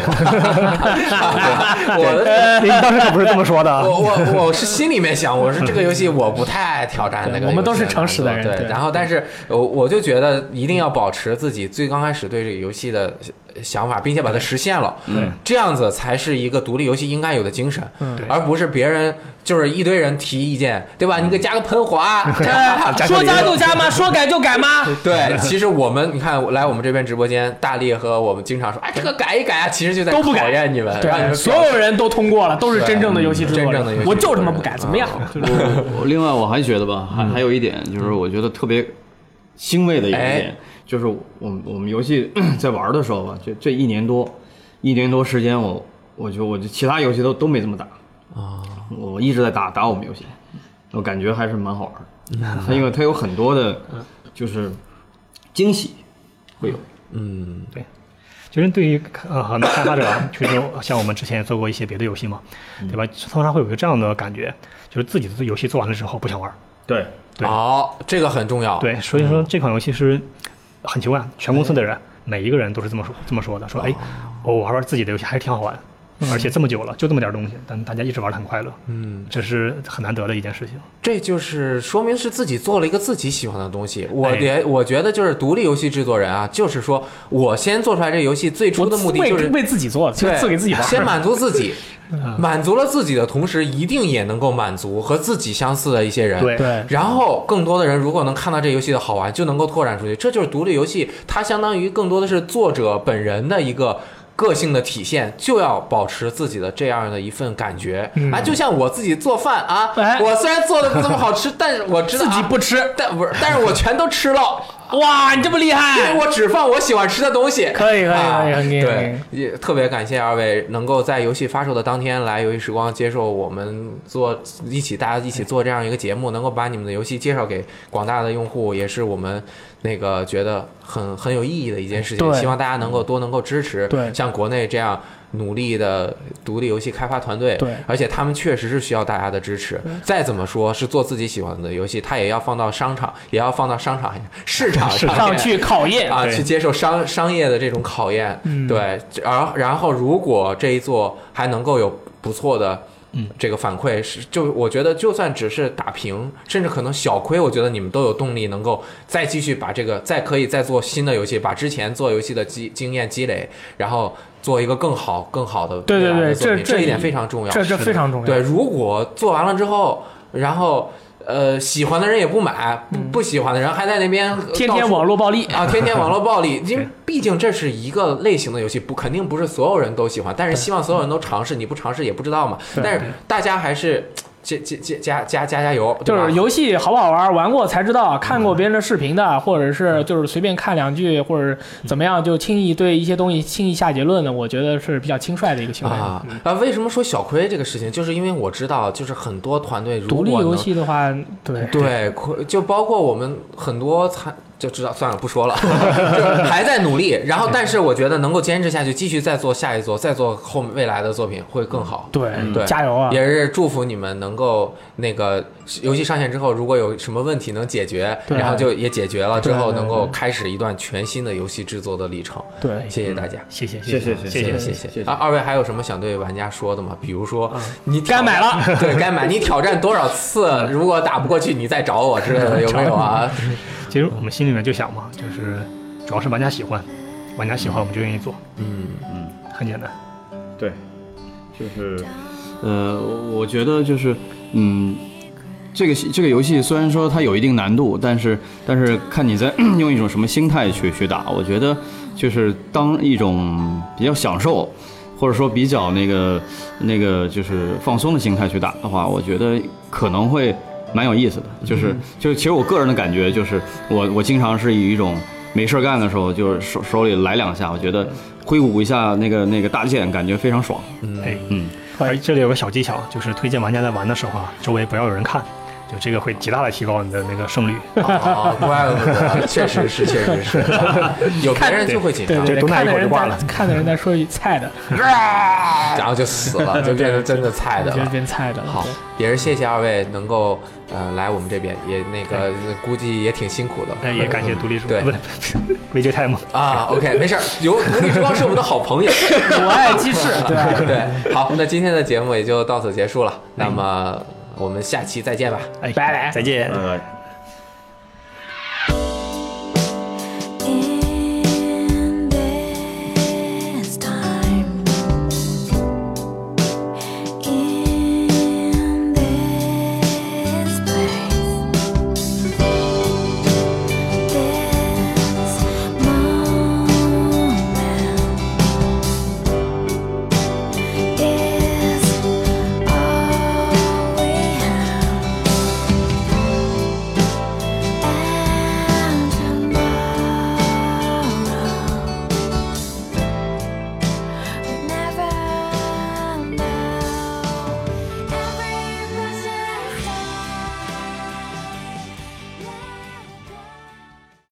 S2: 我的
S3: 你当时可不是这么说的啊。
S2: 我我我是心里面想，我是这个游戏我不太挑战那个游戏的难度，
S1: 对我们都是诚实的人
S2: 对，
S1: 对
S2: 然后但是我我就觉得一定要保持自己最刚开始对这个游戏的想法，并且把它实现了，
S3: 对
S2: 这样子才是一个独立游戏应该有的精神，
S1: 嗯
S3: 对
S2: 而不是别人就是一堆人提意见，对吧？你给加个喷啊滑，
S1: 对，说嗯 加 就加吗？说改就改吗？
S2: 对，其实我们你看来我们这边直播间，大力和我们经常说，哎，这个改一改啊，其实就在
S1: 都不改
S2: 考验你们，让你
S1: 对，
S2: 们
S1: 所有人都通过了，都是真正的游戏制作
S2: 啊真
S1: 人，
S2: 正的游戏制作人啊
S1: 我就他妈不改，怎么样？
S4: 我我另外我还觉得吧，还还有一点就是，我觉得特别欣慰的一个
S2: 哎
S4: 点，就是我们我们游戏 在玩的时候吧，这这一年多，一年多时间我，我觉得我就其他游戏都都没怎么打
S2: 啊，
S4: 我一直在打打我们游戏，我感觉还是蛮好玩的，它因为它有很多的，就是惊喜会有，
S2: 嗯。
S3: 对，就是对于呃很多开发者啊， 就是像我们之前也做过一些别的游戏嘛，对吧？通常会有一个这样的感觉，就是自己的游戏做完了之后不想玩儿。
S4: 对，
S3: 对
S2: 哦，这个很重要。
S3: 对，所以说这款游戏是很奇怪，全公司的人每一个人都是这么说这么说的，说哎，我玩玩自己的游戏还是挺好玩，而且这么久了就这么点东西，但大家一直玩的很快乐，嗯，这是很难得的一件事情。
S2: 这就是说明是自己做了一个自己喜欢的东西。我
S1: 哎
S2: 连我觉得就是独立游戏制作人啊，就是说我先做出来这游戏，最初的目的就是
S1: 为为自己做的，就是
S2: 对
S1: 自给自己玩儿。
S2: 先满足自 己，满足了自己的同时，一定也能够满足和自己相似的一些人。
S3: 对
S1: 对
S2: 然后更多的人如果能看到这游戏的好玩，就能够拓展出去。这就是独立游戏，它相当于更多的是作者本人的一个。个性的体现就要保持自己的这样的一份感觉、啊，就像我自己做饭啊，
S1: 嗯哎
S2: 我虽然做的不怎么好吃，但是我知 道、
S1: 自己不
S2: 吃，但不是，但是我全都吃了，
S1: 哇，你这么厉
S2: 因为
S1: 害！
S2: 我只放我喜欢吃的东西。
S1: 可以可以
S2: 啊
S1: 可以很厉害
S2: 对，也特别感谢二位能够在游戏发售的当天来游戏时光接受我们做一起大家一起做这样一个节目，能够把你们的游戏介绍给广大的用户，也是我们那个觉得很很有意义的一件事情。
S1: 对
S2: 希望大家能够多能够支持，
S1: 对
S2: 像国内这样。努力的独立游戏开发团队，
S1: 对
S2: 而且他们确实是需要大家的支持。再怎么说是做自己喜欢的游戏，它也要放到商场，也要放到商场市场
S1: 上去考验
S2: 啊，
S3: 对
S2: 去接受商商业的这种考验。
S1: 嗯
S2: 对，而然后如果这一座还能够有不错的。
S1: 嗯
S2: 这个反馈是，就我觉得，就算只是打平，甚至可能小亏，我觉得你们都有动力能够再继续把这个，再可以再做新的游戏，把之前做游戏的经经验积累，然后做一个更好、更好的
S1: 对对
S2: 未来
S1: 对
S2: 的作品
S1: 这
S2: 这
S1: 这
S2: 一点非常重要，
S1: 这这
S3: 是的
S1: 非常重要。
S2: 对，如果做完了之后，然后呃，喜欢的人也不买，不不喜欢的人还在那边呃
S1: 嗯天
S2: 到
S1: 天
S2: 处
S1: 网络暴力，
S2: 啊，天天网络暴力，因为毕竟这是一个类型的游戏，不肯定不是所有人都喜欢，但是希望所有人都尝试，你不尝试也不知道嘛。
S1: 对
S2: 但是大家还是加加加加加加加油，
S1: 就
S2: 对吧啊嗯
S1: 是游戏好不好玩，玩过才知道，看过别人的视频的，或者是就是随便看两句，或者
S2: 嗯
S1: 怎么样就轻易对一些东西轻易下结论的，我觉得是比较轻率的一个行为。
S2: 啊啊！为什么说小亏这个事情？就是因为我知道，就是很多团队如果
S1: 独立游
S2: 能嗯
S1: 戏的话，对
S2: 对，亏就包括我们很多参就知道算了，不说了， 就是还在努力。然后，但是我觉得能够坚持下去，继续再做下一座，再做后未来的作品会更好。
S1: 对
S2: 对
S1: 加油啊！
S2: 也是祝福你们能够那个游戏上线之后，如果有什么问题能解决，
S1: 对
S2: 然后就也解决了，之
S1: 对
S2: 后
S1: 对
S2: 能够开始一段全新的游戏制作的历程。
S1: 对，
S2: 谢谢大家，
S3: 谢谢
S4: 谢
S3: 谢
S4: 谢
S2: 谢
S3: 谢谢
S2: 谢
S4: 谢谢
S2: 啊！二位还有什么想对玩家说的吗？比如说你挑
S1: 该买了，
S2: 对该买，你挑战多少次，如果打不过去，你再找我之类的，有没有啊？
S3: 其实我们心里面就想嘛，就是主要是玩家喜欢，玩家喜欢我们就愿意做，
S2: 嗯，
S3: 很简单。
S4: 对，就是，呃，我觉得就是，嗯，这个这个游戏虽然说它有一定难度，但是但是看你在 用一种什么心态去去打，我觉得就是当一种比较享受。或者说比较那个那个就是放松的心态去打的话，我觉得可能会蛮有意思的。就是就是，其实我个人的感觉就是我，我经常是以一种没事儿干的时候，就是手手里来两下，我觉得挥舞一下那个那个大剑，感觉非常爽。
S3: 哎，
S4: 嗯，
S3: 而这里有个小技巧，就是推荐玩家在玩的时候啊，周围不要有人看，就这个会极大的提高你的那个胜率。
S2: 啊，怪不得，确实是，确实是，有别人就会紧
S1: 对
S2: 张，
S1: 对对，
S3: 这多耐
S1: 看
S3: 一
S1: 的
S3: 会儿
S1: 人
S3: 就挂了
S1: 在看的人在说一句菜 的，
S2: 然后就死了，就变成真的菜的
S1: 就
S2: 了
S1: 是。变菜的了。
S2: 好，也是谢谢二位能够呃来我们这边，也那个估计也挺辛苦的。
S3: 哎，也感谢独立主，
S2: 对
S3: 不是 VJ Time。
S2: 啊，OK，没事儿，有独立之光是我们的好朋友，
S1: 我爱 鸡翅，对吧？
S2: 对。好，那今天的节目也就到此结束了，那么我们下期再见吧。
S3: 哎，
S1: 拜拜
S3: 再见。
S4: 呃。